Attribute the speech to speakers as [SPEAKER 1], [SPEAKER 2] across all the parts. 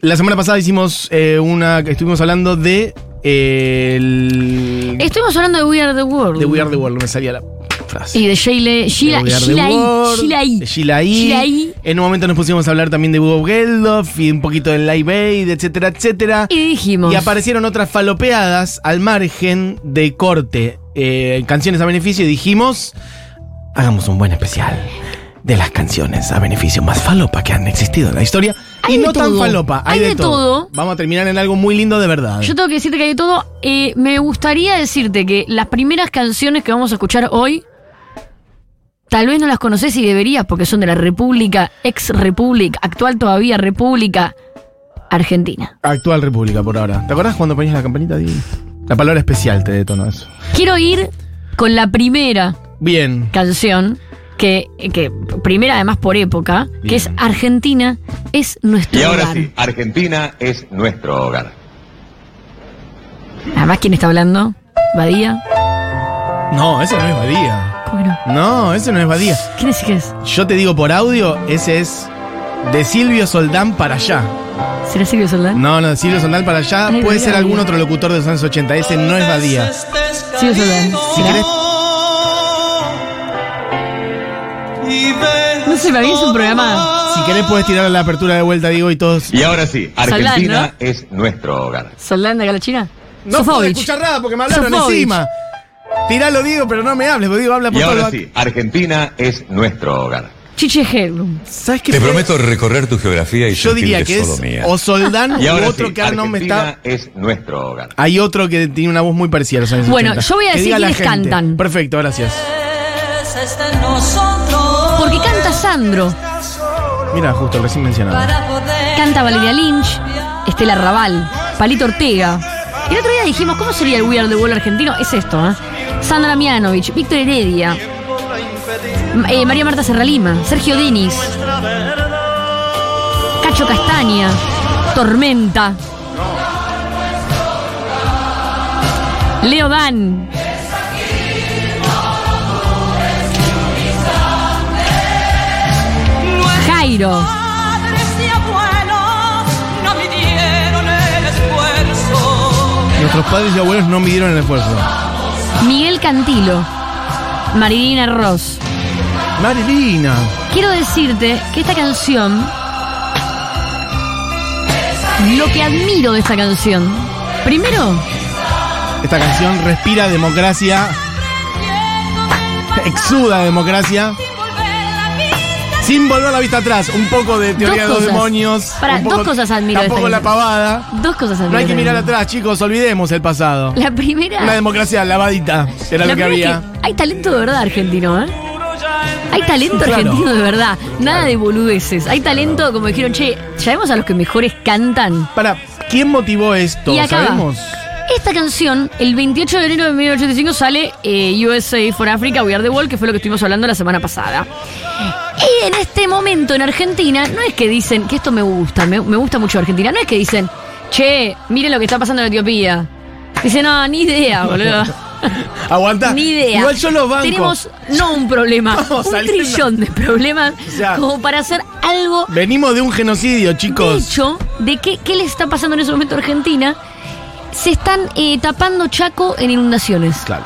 [SPEAKER 1] La semana pasada hicimos eh, una. Estuvimos hablando de. eh, el.
[SPEAKER 2] Estuvimos hablando de We Are the World.
[SPEAKER 1] De We Are the World, me salía la frase.
[SPEAKER 2] Y de Sheila. Eh, Sheila.
[SPEAKER 1] We Are the
[SPEAKER 2] Sheila.
[SPEAKER 1] World,
[SPEAKER 2] Sheila.
[SPEAKER 1] de Sheila E.
[SPEAKER 2] Sheila E.
[SPEAKER 1] En un momento nos pusimos a hablar también de Bob Geldof y un poquito del Live Aid, etcétera, etcétera.
[SPEAKER 2] Y dijimos.
[SPEAKER 1] Y aparecieron otras falopeadas al margen de corte. eh, canciones a beneficio y dijimos, hagamos un buen especial de las canciones a beneficio más falopa que han existido en la historia.
[SPEAKER 2] Hay
[SPEAKER 1] y
[SPEAKER 2] de
[SPEAKER 1] no tan
[SPEAKER 2] todo.
[SPEAKER 1] falopa, hay, de, todo. Vamos a terminar en algo muy lindo de verdad.
[SPEAKER 2] Yo tengo que decirte que hay de todo. Eh, me gustaría decirte que las primeras canciones que vamos a escuchar hoy, tal vez no las conoces y deberías, porque son de la República, ex República, actual todavía República Argentina.
[SPEAKER 1] Actual República por ahora. ¿Te acordás cuando ponías la campanita? Di? La palabra especial te detonó eso.
[SPEAKER 2] Quiero ir con la primera
[SPEAKER 1] Bien.
[SPEAKER 2] canción, que, que primera además por época,
[SPEAKER 1] Bien.
[SPEAKER 2] que es Argentina es nuestro
[SPEAKER 3] Y ahora
[SPEAKER 2] hogar.
[SPEAKER 3] sí, Argentina es nuestro hogar.
[SPEAKER 2] Además, ¿quién está hablando? Badía.
[SPEAKER 1] No, ese no es Badía.
[SPEAKER 2] ¿Cómo que no?
[SPEAKER 1] No, ese no es Badía.
[SPEAKER 2] ¿Quién es que es?
[SPEAKER 1] Yo te digo por audio, ese es de Silvio Soldán para allá.
[SPEAKER 2] ¿Será Silvio Soldán?
[SPEAKER 1] No, no, Silvio Sandal para allá.
[SPEAKER 2] Ay,
[SPEAKER 1] Puede
[SPEAKER 2] Badía,
[SPEAKER 1] ser algún
[SPEAKER 2] Badía.
[SPEAKER 1] otro locutor de los años 80. Ese no es Badía.
[SPEAKER 2] Silvio Soldán.
[SPEAKER 1] Si
[SPEAKER 2] ¿Será?
[SPEAKER 1] querés,
[SPEAKER 2] No sé, para mí es un programa.
[SPEAKER 1] si querés puedes tirar la apertura de vuelta, Diego, y todos.
[SPEAKER 3] Y ahora sí,
[SPEAKER 2] Soldán,
[SPEAKER 3] Argentina
[SPEAKER 2] ¿no?
[SPEAKER 3] es nuestro hogar.
[SPEAKER 2] Soldán de Galachina.
[SPEAKER 1] No puedo
[SPEAKER 2] Sofovich.
[SPEAKER 1] escuchar nada porque me hablaron
[SPEAKER 2] Sofovich.
[SPEAKER 1] encima. Tiralo, Diego, pero no me hables, porque Diego habla por
[SPEAKER 3] Y
[SPEAKER 1] todo
[SPEAKER 3] ahora
[SPEAKER 1] lo-
[SPEAKER 3] sí, Argentina es nuestro hogar.
[SPEAKER 2] Chiche Heglum.
[SPEAKER 1] ¿Sabes qué?
[SPEAKER 4] Te prometo recorrer tu geografía y
[SPEAKER 1] Yo diría que
[SPEAKER 4] sentirte
[SPEAKER 1] es
[SPEAKER 4] solo mía.
[SPEAKER 1] o Soldán
[SPEAKER 3] Y
[SPEAKER 1] u
[SPEAKER 3] ahora
[SPEAKER 1] otro
[SPEAKER 3] sí,
[SPEAKER 1] que ahora no me
[SPEAKER 3] Argentina
[SPEAKER 1] está.
[SPEAKER 3] es nuestro hogar.
[SPEAKER 1] Hay otro que tiene una voz muy parecida a los años
[SPEAKER 2] Bueno,
[SPEAKER 1] 80.
[SPEAKER 2] yo voy
[SPEAKER 1] Que
[SPEAKER 2] a decir
[SPEAKER 1] diga la
[SPEAKER 2] quiénes
[SPEAKER 1] gente.
[SPEAKER 2] cantan.
[SPEAKER 1] Perfecto, gracias.
[SPEAKER 5] este
[SPEAKER 2] Porque canta Sandro,
[SPEAKER 1] Mira, justo, recién mencionado.
[SPEAKER 2] canta Valeria Lynch, Estela Raval, Palito Ortega. El otro día dijimos, ¿cómo sería el We Are the World argentino? Es esto, ¿eh? Sandra Mianovich, Víctor Heredia, M- eh, María Marta Serralima, Sergio Denis, Cacho Castaña, Tormenta, Leo Dan. Jairo.
[SPEAKER 1] Nuestros padres y abuelos no midieron el esfuerzo.
[SPEAKER 2] Miguel Cantilo, Marilina Ross.
[SPEAKER 1] Marilina.
[SPEAKER 2] Quiero decirte que esta canción, lo que admiro de esta canción, primero,
[SPEAKER 1] Esta canción respira democracia, exuda democracia. Sin volver la vista atrás, un poco de teoría de
[SPEAKER 2] Dos
[SPEAKER 1] los
[SPEAKER 2] cosas.
[SPEAKER 1] demonios.
[SPEAKER 2] Pará,
[SPEAKER 1] un poco-
[SPEAKER 2] dos cosas admiro de
[SPEAKER 1] Tampoco
[SPEAKER 2] esta
[SPEAKER 1] la
[SPEAKER 2] canción.
[SPEAKER 1] pavada.
[SPEAKER 2] dos cosas admiro.
[SPEAKER 1] No hay que
[SPEAKER 2] de
[SPEAKER 1] mirar
[SPEAKER 2] la canción.
[SPEAKER 1] atrás, chicos, olvidemos el pasado.
[SPEAKER 2] La primera,
[SPEAKER 1] Una democracia lavadita era
[SPEAKER 2] la
[SPEAKER 1] lo que
[SPEAKER 2] primera es
[SPEAKER 1] había.
[SPEAKER 2] que hay talento de verdad argentino, ¿eh? Hay talento
[SPEAKER 1] Claro.
[SPEAKER 2] argentino de verdad, nada de boludeces. Hay talento, como dijeron, che, llamemos a los que mejores cantan.
[SPEAKER 1] Para, ¿quién motivó esto?
[SPEAKER 2] Y acá va.
[SPEAKER 1] ¿Sabemos?
[SPEAKER 2] Esta canción, el 28 de enero de 1985 sale eh, USA for Africa, We Are the World, que fue lo que estuvimos hablando la semana pasada. Y en este momento en Argentina, no es que dicen, que esto me gusta, me, me gusta mucho Argentina, no es que dicen, che, miren lo que está pasando en Etiopía. Dicen, no, ni idea, boludo.
[SPEAKER 1] Aguanta.
[SPEAKER 2] Ni idea.
[SPEAKER 1] Igual yo los banco.
[SPEAKER 2] Tenemos, no un problema,
[SPEAKER 1] Vamos,
[SPEAKER 2] un
[SPEAKER 1] saliendo.
[SPEAKER 2] trillón de problemas
[SPEAKER 1] O sea,
[SPEAKER 2] como para hacer algo
[SPEAKER 1] Venimos de un genocidio,
[SPEAKER 2] de
[SPEAKER 1] chicos.
[SPEAKER 2] hecho, de qué, qué le está pasando en ese momento a Argentina, se están eh, tapando Chaco en inundaciones
[SPEAKER 1] Claro.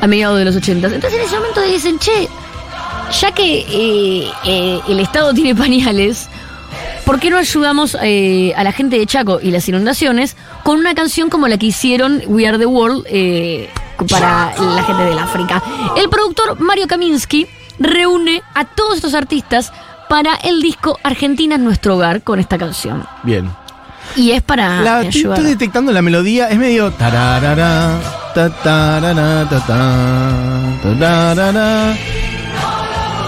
[SPEAKER 2] a mediados de los 80. Entonces en ese momento dicen, che, ya que eh, eh, el Estado tiene pañales, ¿por qué no ayudamos eh, a la gente de Chaco y las inundaciones con una canción como la que hicieron We Are the World eh, para la gente del África? El productor Mario Kaminsky reúne a todos estos artistas para el disco Argentina es nuestro hogar con esta canción.
[SPEAKER 1] Bien.
[SPEAKER 2] Y es para
[SPEAKER 1] La, estoy-
[SPEAKER 2] ayudar.
[SPEAKER 1] estoy detectando la melodía, es medio tararara, ta, tarara, ta, ta, tarara.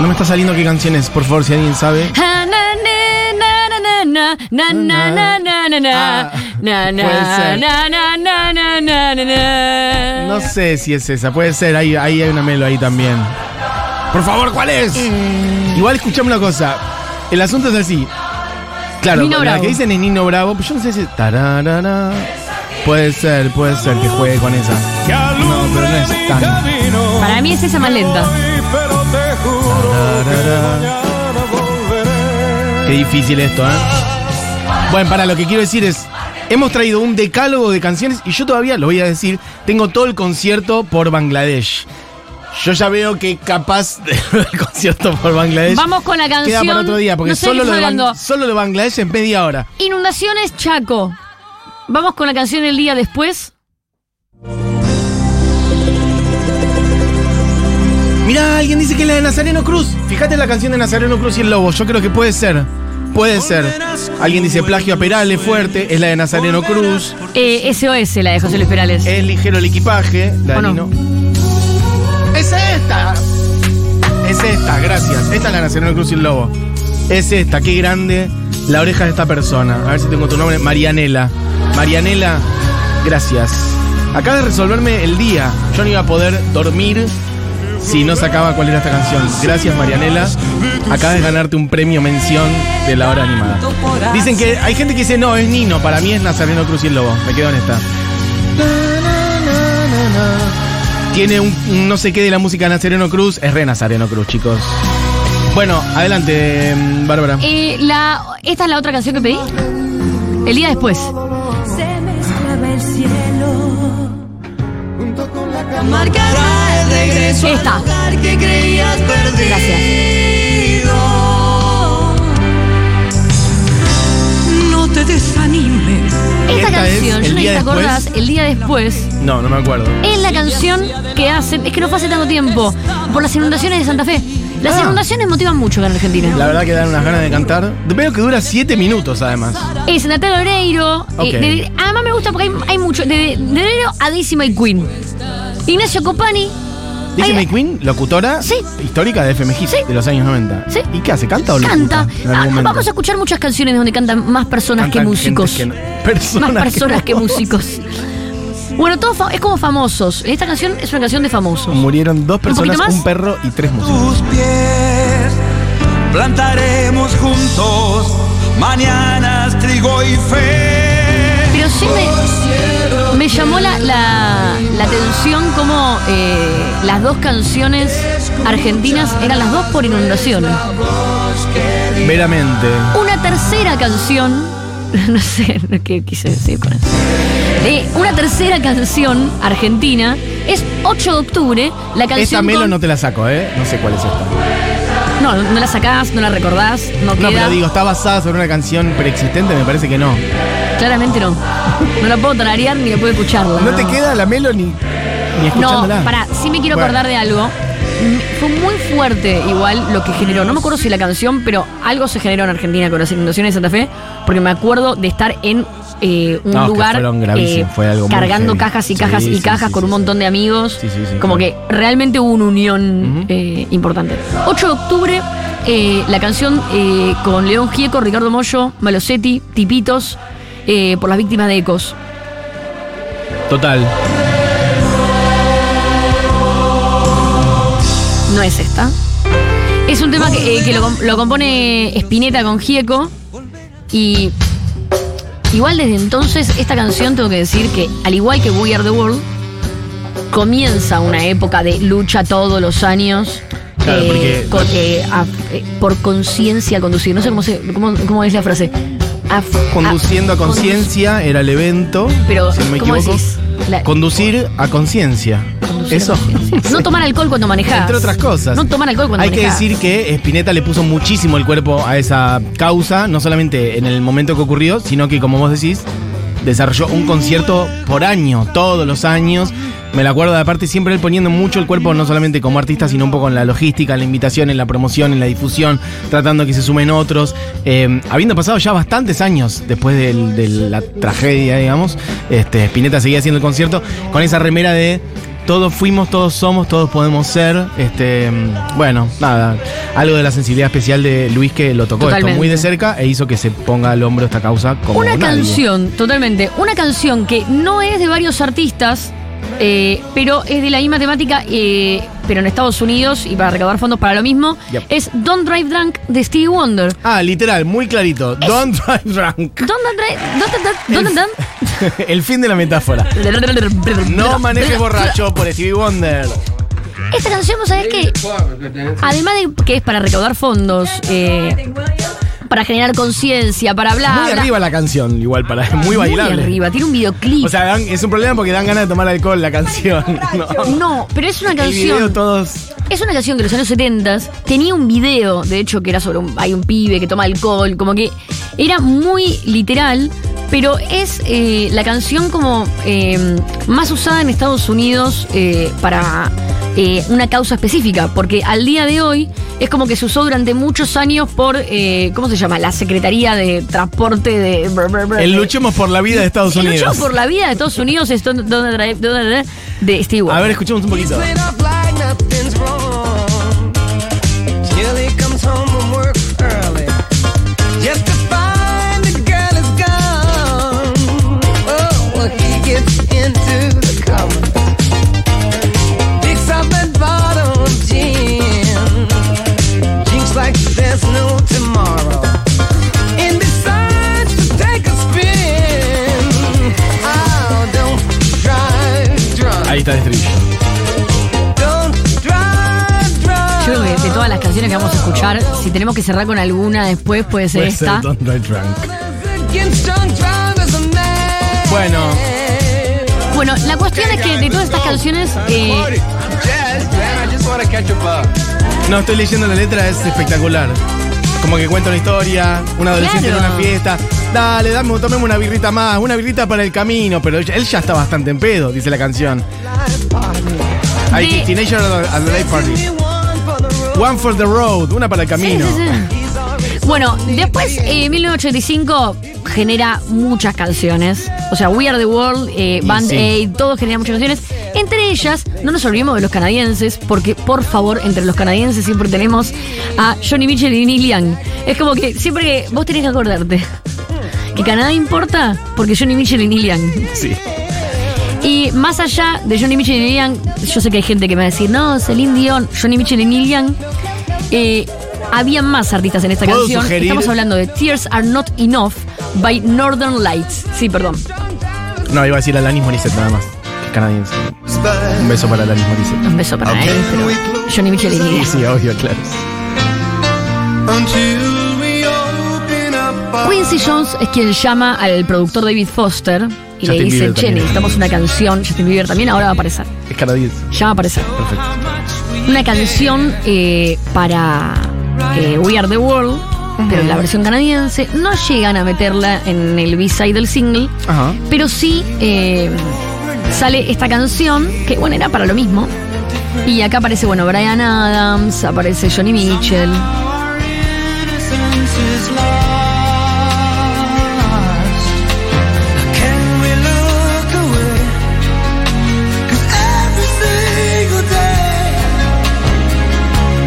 [SPEAKER 1] No me está saliendo qué canción es, por favor, si alguien sabe.
[SPEAKER 2] Ah, na, ne, na, na, na, na, na, na, na, na, na,
[SPEAKER 1] Ah,
[SPEAKER 2] na, na,
[SPEAKER 1] puede ser.
[SPEAKER 2] na, na, na, na, na, na, na.
[SPEAKER 1] No sé si es esa, puede ser, ahí, ahí hay una melo ahí también. Por favor, ¿cuál es?
[SPEAKER 2] Eh.
[SPEAKER 1] Igual escuchame una cosa. El asunto es así. Claro,
[SPEAKER 2] Nino
[SPEAKER 1] la
[SPEAKER 2] Bravo.
[SPEAKER 1] que dicen es Nino Bravo, pero yo no sé si. tararara. Puede ser, puede ser que juegue con esa. No, pero no es tan.
[SPEAKER 2] Para mí es esa más lenta.
[SPEAKER 1] Qué difícil esto, ¿eh? Bueno, para lo que quiero decir es, hemos traído un decálogo de canciones y yo todavía, lo voy a decir, tengo todo el concierto por Bangladesh. Yo ya veo que capaz de el concierto por Bangladesh.
[SPEAKER 2] Vamos con la
[SPEAKER 1] Queda
[SPEAKER 2] canción.
[SPEAKER 1] para otro día, porque
[SPEAKER 2] no sé de
[SPEAKER 1] solo,
[SPEAKER 2] qué
[SPEAKER 1] lo de
[SPEAKER 2] estoy
[SPEAKER 1] Ban-
[SPEAKER 2] hablando.
[SPEAKER 1] solo lo de Bangladesh en media hora.
[SPEAKER 2] Inundaciones Chaco. Vamos con la canción el día después.
[SPEAKER 1] Mirá, alguien dice que es la de Nazareno Cruz. Fíjate la canción de Nazareno Cruz y el lobo. Yo creo que puede ser. Puede ser. Alguien dice plagio a Perales fuerte. Es la de Nazareno Cruz.
[SPEAKER 2] Eh, SOS, la de José Luis Perales.
[SPEAKER 1] Es ligero el equipaje. La de
[SPEAKER 2] ¿O no?
[SPEAKER 1] Nino. Es esta. Es esta, gracias. Esta es la Nazareno Cruz y el lobo. Es esta, qué grande. La oreja de esta persona. A ver si tengo tu nombre. Marianela. Marianela, gracias. Acaba de resolverme el día. Yo no iba a poder dormir si no sacaba cuál era esta canción. Gracias, Marianela. Acabas de ganarte un premio mención de la hora animada. Dicen que hay gente que dice, no, es Nino. Para mí es Nazareno Cruz y el Lobo. Me quedo en esta. Tiene un, un no sé qué de la música de Nazareno Cruz. Es re Nazareno Cruz, chicos. Bueno, adelante, mm, Bárbara.
[SPEAKER 2] Eh, la, esta es la otra canción que pedí. El día después.
[SPEAKER 6] se mezclaba el cielo.
[SPEAKER 7] Marcará el regreso al
[SPEAKER 2] Esta.
[SPEAKER 7] lugar que creías perdido.
[SPEAKER 6] No te desanimes.
[SPEAKER 2] Esta,
[SPEAKER 1] Esta es El
[SPEAKER 2] canción, yo no sé si
[SPEAKER 1] día
[SPEAKER 2] te
[SPEAKER 1] después.
[SPEAKER 2] acordás, el día después.
[SPEAKER 1] No, no me acuerdo.
[SPEAKER 2] Es la canción que hacen, es que no fue hace tanto tiempo, por las inundaciones de Santa Fe. Las
[SPEAKER 1] Ah.
[SPEAKER 2] inundaciones motivan mucho acá en Argentina.
[SPEAKER 1] La verdad que dan unas ganas de cantar. Veo que dura siete minutos, además.
[SPEAKER 2] Es Natalia Oreiro. eh,
[SPEAKER 1] Ok.
[SPEAKER 2] de- además me gusta porque hay, hay mucho. De, de Oreiro a Dizzy My Queen. Ignacio Copani.
[SPEAKER 1] Dice
[SPEAKER 2] Ay,
[SPEAKER 1] May Queen, locutora
[SPEAKER 2] Sí.
[SPEAKER 1] histórica de FM Hit
[SPEAKER 2] Sí.
[SPEAKER 1] de los años 90.
[SPEAKER 2] Sí.
[SPEAKER 1] ¿Y qué hace? ¿Canta o locuta?
[SPEAKER 2] Canta.
[SPEAKER 1] en algún
[SPEAKER 2] Ah,
[SPEAKER 1] momento?
[SPEAKER 2] vamos a escuchar muchas canciones donde cantan más personas
[SPEAKER 1] Cantan
[SPEAKER 2] que
[SPEAKER 1] gente
[SPEAKER 2] músicos.
[SPEAKER 1] que no- personas
[SPEAKER 2] más personas que,
[SPEAKER 1] no-
[SPEAKER 2] músicos. Bueno, todo fa- es como famosos. Esta canción es una canción de famosos.
[SPEAKER 1] Murieron dos personas,
[SPEAKER 2] poquito más?
[SPEAKER 1] un perro y tres músicos.
[SPEAKER 8] tus pies. Plantaremos juntos mañanas trigo y fe.
[SPEAKER 2] Pero sí me, me llamó la, la- la atención como las dos canciones argentinas eran las dos por inundaciones.
[SPEAKER 1] Veramente.
[SPEAKER 2] Una tercera canción, no sé lo que quise decir con eso. Eh, una tercera canción argentina es 8 de octubre, la canción.
[SPEAKER 1] Esta Melo
[SPEAKER 2] con-
[SPEAKER 1] no te la saco, ¿eh? No sé cuál es esta.
[SPEAKER 2] no, no la sacás, no la recordás, no
[SPEAKER 1] No,
[SPEAKER 2] queda.
[SPEAKER 1] pero digo, ¿está basada sobre una canción preexistente? Me parece que no.
[SPEAKER 2] Claramente no. No la puedo tararear ni la puedo escucharla.
[SPEAKER 1] ¿No te queda la Melo ni, ni
[SPEAKER 2] No,
[SPEAKER 1] escuchándola?
[SPEAKER 2] pará, sí me quiero
[SPEAKER 1] Bueno.
[SPEAKER 2] acordar de algo. Mm, Fue muy fuerte igual lo que generó. No me acuerdo si la canción, pero algo se generó en Argentina con las inundaciones de Santa Fe, porque me acuerdo de estar en eh, un
[SPEAKER 1] No, que
[SPEAKER 2] lugar eh,
[SPEAKER 1] fueron gravísimas, fue algo muy
[SPEAKER 2] cargando
[SPEAKER 1] heavy.
[SPEAKER 2] cajas y
[SPEAKER 1] Sí,
[SPEAKER 2] cajas y
[SPEAKER 1] sí,
[SPEAKER 2] cajas
[SPEAKER 1] sí,
[SPEAKER 2] con
[SPEAKER 1] sí,
[SPEAKER 2] un montón de amigos.
[SPEAKER 1] Sí, sí, sí,
[SPEAKER 2] Como
[SPEAKER 1] claro.
[SPEAKER 2] que realmente hubo una unión
[SPEAKER 1] Ujú.
[SPEAKER 2] eh, importante. 8 de octubre, eh, la canción eh, con León Gieco, Ricardo Mollo, Malosetti, Tipitos, eh, por las víctimas de Ecos.
[SPEAKER 1] Total.
[SPEAKER 2] No es esta. Es un tema que, eh, que lo, com- lo compone Spinetta con Gieco. Y igual desde entonces esta canción tengo que decir que, al igual que We Are the World, comienza una época de lucha todos los años.
[SPEAKER 1] Claro,
[SPEAKER 2] eh,
[SPEAKER 1] porque-
[SPEAKER 2] con- eh, a- eh, por conciencia al conducir. No sé cómo, se- cómo- cómo es la frase. A-
[SPEAKER 1] Conduciendo a
[SPEAKER 2] condu-
[SPEAKER 1] conciencia era el evento.
[SPEAKER 2] Ah, Pero,
[SPEAKER 1] si no me
[SPEAKER 2] ¿cómo
[SPEAKER 1] equivoco.
[SPEAKER 2] decís? La-
[SPEAKER 1] Conducir a conciencia.
[SPEAKER 2] conducir a
[SPEAKER 1] Eso.
[SPEAKER 2] conciencia. No tomar alcohol cuando manejás.
[SPEAKER 1] Entre otras cosas.
[SPEAKER 2] No tomar alcohol cuando
[SPEAKER 1] Hay que
[SPEAKER 2] manejás.
[SPEAKER 1] decir que Spinetta le puso muchísimo el cuerpo a esa causa, no solamente en el momento que ocurrió, sino que, como vos decís, desarrolló un concierto por año, todos los años. Me la acuerdo, aparte, siempre él poniendo mucho el cuerpo, no solamente como artista, sino un poco en la logística, en la invitación, en la promoción, en la difusión, tratando que se sumen otros. Eh, habiendo pasado ya bastantes años después del- de la tragedia, digamos, este, Spinetta seguía haciendo el concierto con esa remera de todos fuimos, todos somos, todos podemos ser. Este, mm, bueno, nada. Algo de la sensibilidad especial de Luis que lo tocó
[SPEAKER 2] Totalmente.
[SPEAKER 1] esto muy de cerca e hizo que se ponga al hombro esta causa como
[SPEAKER 2] Una
[SPEAKER 1] nadie.
[SPEAKER 2] canción, totalmente. Una canción que no es de varios artistas, eh, pero es de la misma temática, eh, pero en Estados Unidos y para recaudar fondos para lo mismo.
[SPEAKER 1] Yep.
[SPEAKER 2] Es Don't Drive Drunk de Stevie Wonder.
[SPEAKER 1] Ah, literal, muy clarito. Don't drive drunk.
[SPEAKER 2] Don't Drive Don't Drive-
[SPEAKER 1] el fin de la metáfora.
[SPEAKER 2] Don't Drive
[SPEAKER 1] No manejes borracho por Stevie Wonder.
[SPEAKER 2] Esta canción, ¿vos sabés que Además de que es para recaudar fondos, eh, para generar conciencia, para hablar.
[SPEAKER 1] Muy
[SPEAKER 2] bla.
[SPEAKER 1] arriba la canción, igual para. Muy bailable.
[SPEAKER 2] Muy arriba, tiene un videoclip.
[SPEAKER 1] O sea, dan- es un problema porque dan ganas de tomar alcohol la canción. ¿no?
[SPEAKER 2] no, pero es una
[SPEAKER 1] El
[SPEAKER 2] canción.
[SPEAKER 1] video todos.
[SPEAKER 2] Es una canción que en los años 70 tenía un video, de hecho, que era sobre un, hay un pibe que toma alcohol, como que era muy literal, pero es eh, la canción como eh, más usada en Estados Unidos eh, para eh, una causa específica, porque al día de hoy es como que se usó durante muchos años por, eh, ¿cómo se llama? La Secretaría de Transporte de...
[SPEAKER 1] El luchemos por la vida de Estados
[SPEAKER 2] El
[SPEAKER 1] Unidos.
[SPEAKER 2] luchemos por la vida de Estados Unidos es donde, donde, donde- donde- de Steve
[SPEAKER 1] A
[SPEAKER 2] Wonder.
[SPEAKER 1] ver, escuchemos un poquito.
[SPEAKER 7] Split up like nothing's wrong. Till he comes home from work early. Just to find the girl is gone. Oh, well, he gets into the cupboard. Picks up that bottle of gin. Drinks like there's no tomorrow. And decides to take a spin. Oh, don't drive drunk.
[SPEAKER 1] Ahí está el estribillo.
[SPEAKER 7] Don't drive, drive.
[SPEAKER 2] Yo creo que de todas las canciones que vamos a escuchar, si tenemos que cerrar con alguna después, puede ser
[SPEAKER 1] Puede ser
[SPEAKER 2] Este, esta.
[SPEAKER 1] Don't Drive Drunk.
[SPEAKER 7] Against drunk drivers are mad.
[SPEAKER 1] Bueno.
[SPEAKER 2] Bueno, la cuestión es que de todas estas canciones, eh,
[SPEAKER 1] No, estoy leyendo la letra, es espectacular. Como que cuenta una historia, un adolescente
[SPEAKER 2] Claro.
[SPEAKER 1] en una fiesta. Dale, dame, tomemos una birrita más, una birrita para el camino. Pero él ya está bastante en pedo, dice la canción. Hay
[SPEAKER 2] De-
[SPEAKER 1] Teenager at the Life Party. One for the road, una para el camino.
[SPEAKER 2] Sí, sí, sí. Bueno, después eh, 1985 genera muchas canciones. O sea, We Are the World, eh,
[SPEAKER 1] Y
[SPEAKER 2] Band
[SPEAKER 1] sí.
[SPEAKER 2] Aid, todos generan muchas canciones. Entre ellas, no nos olvidemos de los canadienses, porque por favor, entre los canadienses siempre tenemos a Johnny Mitchell y Neil Young. Es como que siempre que vos tenés que acordarte que Canadá importa, porque Johnny Mitchell y Neil Young.
[SPEAKER 1] Sí.
[SPEAKER 2] Y más allá de Johnny Mitchell y Neil Young, yo sé que hay gente que me va a decir, no, Celine Dion, Johnny Mitchell y Neil Young. Eh, había más artistas en esta
[SPEAKER 1] ¿Puedo
[SPEAKER 2] canción.
[SPEAKER 1] sugerir?
[SPEAKER 2] Estamos hablando de Tears Are Not Enough by Northern Lights. Sí, perdón.
[SPEAKER 1] No, iba a decir Alanis Morissette nada más. que es canadiense. Un beso para Alanis Morissette.
[SPEAKER 2] Un beso para él, pero Johnny Mitchell y Neil Young.
[SPEAKER 1] Sí, obvio, claro.
[SPEAKER 2] Quincy Jones es quien llama al productor David Foster y le
[SPEAKER 1] Justin
[SPEAKER 2] dice,
[SPEAKER 1] Bieber
[SPEAKER 2] che,
[SPEAKER 1] también.
[SPEAKER 2] necesitamos una canción. Justin Bieber también, ahora va a aparecer.
[SPEAKER 1] Es canadiense.
[SPEAKER 2] Ya va a aparecer.
[SPEAKER 1] Perfecto.
[SPEAKER 2] una canción eh, para eh, We Are the World, pero la versión canadiense. No llegan a meterla en el B-side del single,
[SPEAKER 1] Ajá.
[SPEAKER 2] pero sí eh, sale esta canción, que bueno, era para lo mismo. Y acá aparece, bueno, Brian Adams, aparece Johnny Mitchell.
[SPEAKER 7] Can we look away? 'Cause every single day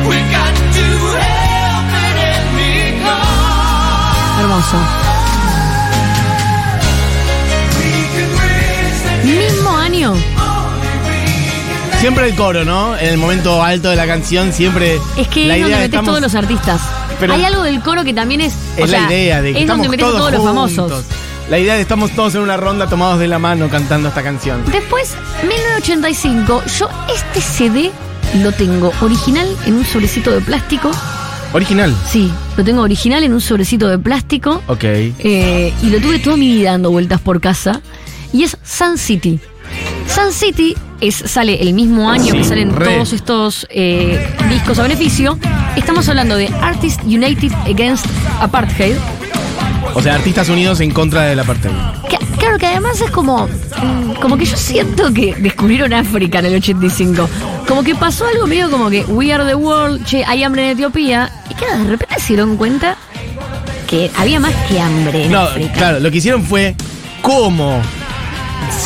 [SPEAKER 7] we got to help it in because
[SPEAKER 2] Hermoso.
[SPEAKER 7] we can raise the
[SPEAKER 2] Mismo año.
[SPEAKER 1] Siempre el coro, ¿no? En el momento alto de la canción, siempre.
[SPEAKER 2] Es que
[SPEAKER 1] la
[SPEAKER 2] es donde
[SPEAKER 1] idea
[SPEAKER 2] metes
[SPEAKER 1] de estamos-
[SPEAKER 2] todos los artistas.
[SPEAKER 1] Pero-
[SPEAKER 2] Hay algo del coro que también es. o
[SPEAKER 1] Es la
[SPEAKER 2] sea,
[SPEAKER 1] idea de que
[SPEAKER 2] es
[SPEAKER 1] estamos
[SPEAKER 2] donde metes a
[SPEAKER 1] todos,
[SPEAKER 2] todos los
[SPEAKER 1] juntos.
[SPEAKER 2] famosos.
[SPEAKER 1] La idea de estamos todos en una ronda tomados de la mano cantando esta canción.
[SPEAKER 2] Después, 1985, yo este CD lo tengo original en un sobrecito de plástico.
[SPEAKER 1] Original.
[SPEAKER 2] Sí, lo tengo original en un sobrecito de plástico.
[SPEAKER 1] Ok.
[SPEAKER 2] Eh, y lo tuve toda mi vida dando vueltas por casa. Y es Sun City. Sun City es, sale el mismo año que
[SPEAKER 1] Sí,
[SPEAKER 2] salen
[SPEAKER 1] re.
[SPEAKER 2] todos estos eh, discos a beneficio. Estamos hablando de Artists United Against Apartheid.
[SPEAKER 1] O sea, artistas unidos en contra del apartheid.
[SPEAKER 2] Que- claro que además es como mm, como que yo siento que descubrieron África en el 85 como que pasó algo medio como que we are the world che hay hambre en Etiopía y que de repente se dieron cuenta que había más que hambre en
[SPEAKER 1] No,
[SPEAKER 2] África
[SPEAKER 1] claro, lo que hicieron fue cómo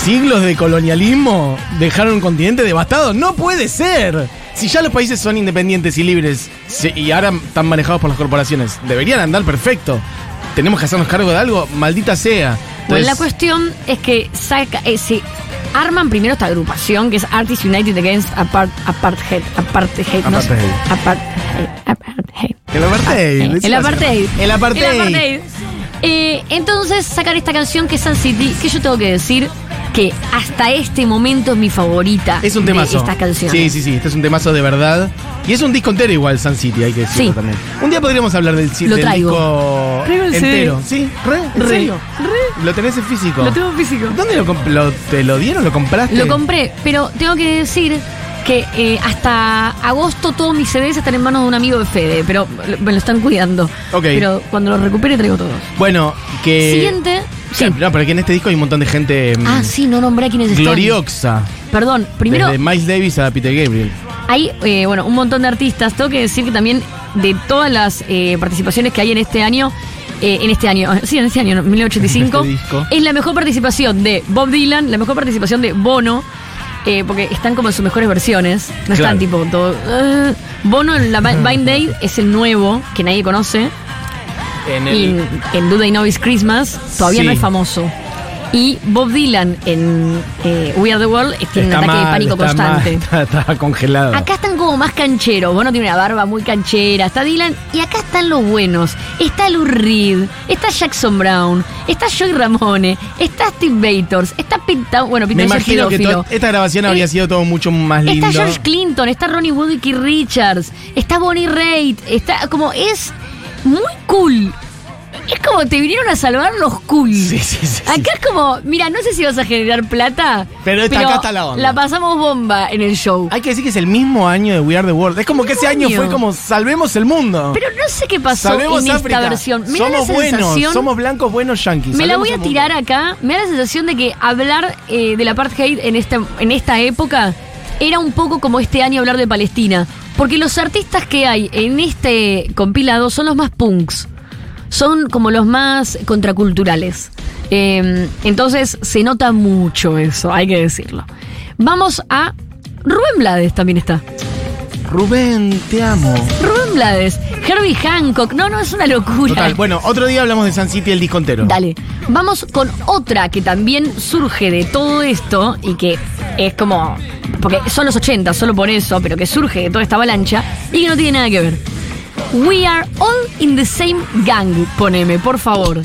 [SPEAKER 1] siglos de colonialismo dejaron un continente devastado. No puede ser. Si ya los países son independientes y libres se- y ahora están manejados por las corporaciones, deberían andar perfecto. Tenemos que hacernos cargo de algo, maldita sea.
[SPEAKER 2] Bueno,
[SPEAKER 1] Entonces,
[SPEAKER 2] la cuestión es que saca, eh, se arman primero esta agrupación que es Artists United Against Apart, Apartheid. Apartheid. no sé. Apartheid. Apartheid.
[SPEAKER 1] El apartheid.
[SPEAKER 2] Ah, El
[SPEAKER 1] decías.
[SPEAKER 2] apartheid.
[SPEAKER 1] El apartheid.
[SPEAKER 2] El apartheid. Eh, entonces sacan esta canción que es Sun City, que yo tengo que decir que hasta este momento es mi favorita.
[SPEAKER 1] Es un
[SPEAKER 2] de
[SPEAKER 1] temazo.
[SPEAKER 2] Estas canciones.
[SPEAKER 1] Sí, sí, sí. Este es un temazo de verdad. Y es un disco entero igual, Sun City, hay que decirlo
[SPEAKER 2] Sí.
[SPEAKER 1] también. Un día podríamos hablar del, ci-
[SPEAKER 2] Lo
[SPEAKER 1] del
[SPEAKER 2] traigo.
[SPEAKER 1] disco
[SPEAKER 2] Creo que sí.
[SPEAKER 1] entero. Sí, re, en
[SPEAKER 2] Re,
[SPEAKER 1] serio. Lo tenés en físico.
[SPEAKER 2] Lo tengo físico.
[SPEAKER 1] ¿Dónde lo, comp- lo- te lo dieron? ¿Lo compraste?
[SPEAKER 2] Lo compré, pero tengo que decir que eh, hasta agosto todos mis CDs están en manos de un amigo de Fede, pero lo- me lo están cuidando.
[SPEAKER 1] Ok.
[SPEAKER 2] Pero cuando los recupere traigo todos.
[SPEAKER 1] Bueno, que.
[SPEAKER 2] Siguiente. Sí.
[SPEAKER 1] Claro, No, pero que en este disco hay un montón de gente. mm,
[SPEAKER 2] Ah, sí, no nombré a quienes están.
[SPEAKER 1] Gloriosa.
[SPEAKER 2] Perdón, primero
[SPEAKER 1] Desde Miles Davis a Peter Gabriel.
[SPEAKER 2] hay eh, bueno, un montón de artistas. Tengo que decir que también de todas las eh, participaciones que hay en este año, eh, en este año, sí, en este año, no, 1985,
[SPEAKER 1] En este disco.
[SPEAKER 2] es la mejor participación de Bob Dylan, la mejor participación de Bono, eh, porque están como en sus mejores versiones. No
[SPEAKER 1] Claro.
[SPEAKER 2] están tipo todo. eh. Bono en la Bi- Blind Date es el nuevo, que nadie conoce.
[SPEAKER 1] En
[SPEAKER 2] Y
[SPEAKER 1] el.
[SPEAKER 2] en Do They Know It's Christmas todavía
[SPEAKER 1] Sí.
[SPEAKER 2] no es famoso. Y Bob Dylan en eh, We Are the World eh, tiene un
[SPEAKER 1] está
[SPEAKER 2] ataque de
[SPEAKER 1] mal,
[SPEAKER 2] pánico
[SPEAKER 1] está
[SPEAKER 2] constante.
[SPEAKER 1] mal, está, está congelado.
[SPEAKER 2] Acá están como más cancheros. Bono tiene una barba muy canchera. Está Dylan. Y acá están los buenos. Está Lou Reed. Está Jackson Brown. Está Joy Ramone. Está Steve Vators. Está Pete Town- Bueno, Pete
[SPEAKER 1] Me
[SPEAKER 2] Townshend es
[SPEAKER 1] imagino que
[SPEAKER 2] pedófilo.
[SPEAKER 1] to- esta grabación habría
[SPEAKER 2] Eh,
[SPEAKER 1] sido todo mucho más lindo.
[SPEAKER 2] Está George Clinton. Está Ronnie Wood y Keith Richards. Está Bonnie Raitt. Está como es muy cool. Es como te vinieron a salvar los cool.
[SPEAKER 1] Sí, sí, sí, sí.
[SPEAKER 2] Acá es como, mira, no sé si vas a generar plata.
[SPEAKER 1] Pero esta- acá está la onda.
[SPEAKER 2] La pasamos bomba en el show.
[SPEAKER 1] Hay que decir que es el mismo año de We Are the World. Es como que ese año
[SPEAKER 2] Año.
[SPEAKER 1] fue como salvemos el mundo.
[SPEAKER 2] Pero no sé qué pasó
[SPEAKER 1] salvemos
[SPEAKER 2] en esta
[SPEAKER 1] África.
[SPEAKER 2] versión. Me da la
[SPEAKER 1] somos buenos,
[SPEAKER 2] sensación-
[SPEAKER 1] somos blancos buenos yanquis.
[SPEAKER 2] me la
[SPEAKER 1] salvemos
[SPEAKER 2] voy a
[SPEAKER 1] el mundo.
[SPEAKER 2] tirar acá. Me da la sensación de que hablar eh, del apartheid en esta, en esta época era un poco como este año hablar de Palestina. Porque los artistas que hay en este compilado son los más punks. Son como los más contraculturales. Eh, entonces se nota mucho eso, hay que decirlo. Vamos a. Rubén Blades también está.
[SPEAKER 1] Rubén, te amo.
[SPEAKER 2] Rubén Blades, Herbie Hancock. No, no, es una locura.
[SPEAKER 1] Total, bueno, otro día hablamos de San City el disco entero.
[SPEAKER 2] Dale, vamos con otra que también surge de todo esto y que es como. Porque son los 80, solo por eso, pero que surge de toda esta avalancha y que no tiene nada que ver. We are all in the same gang, poneme, por favor.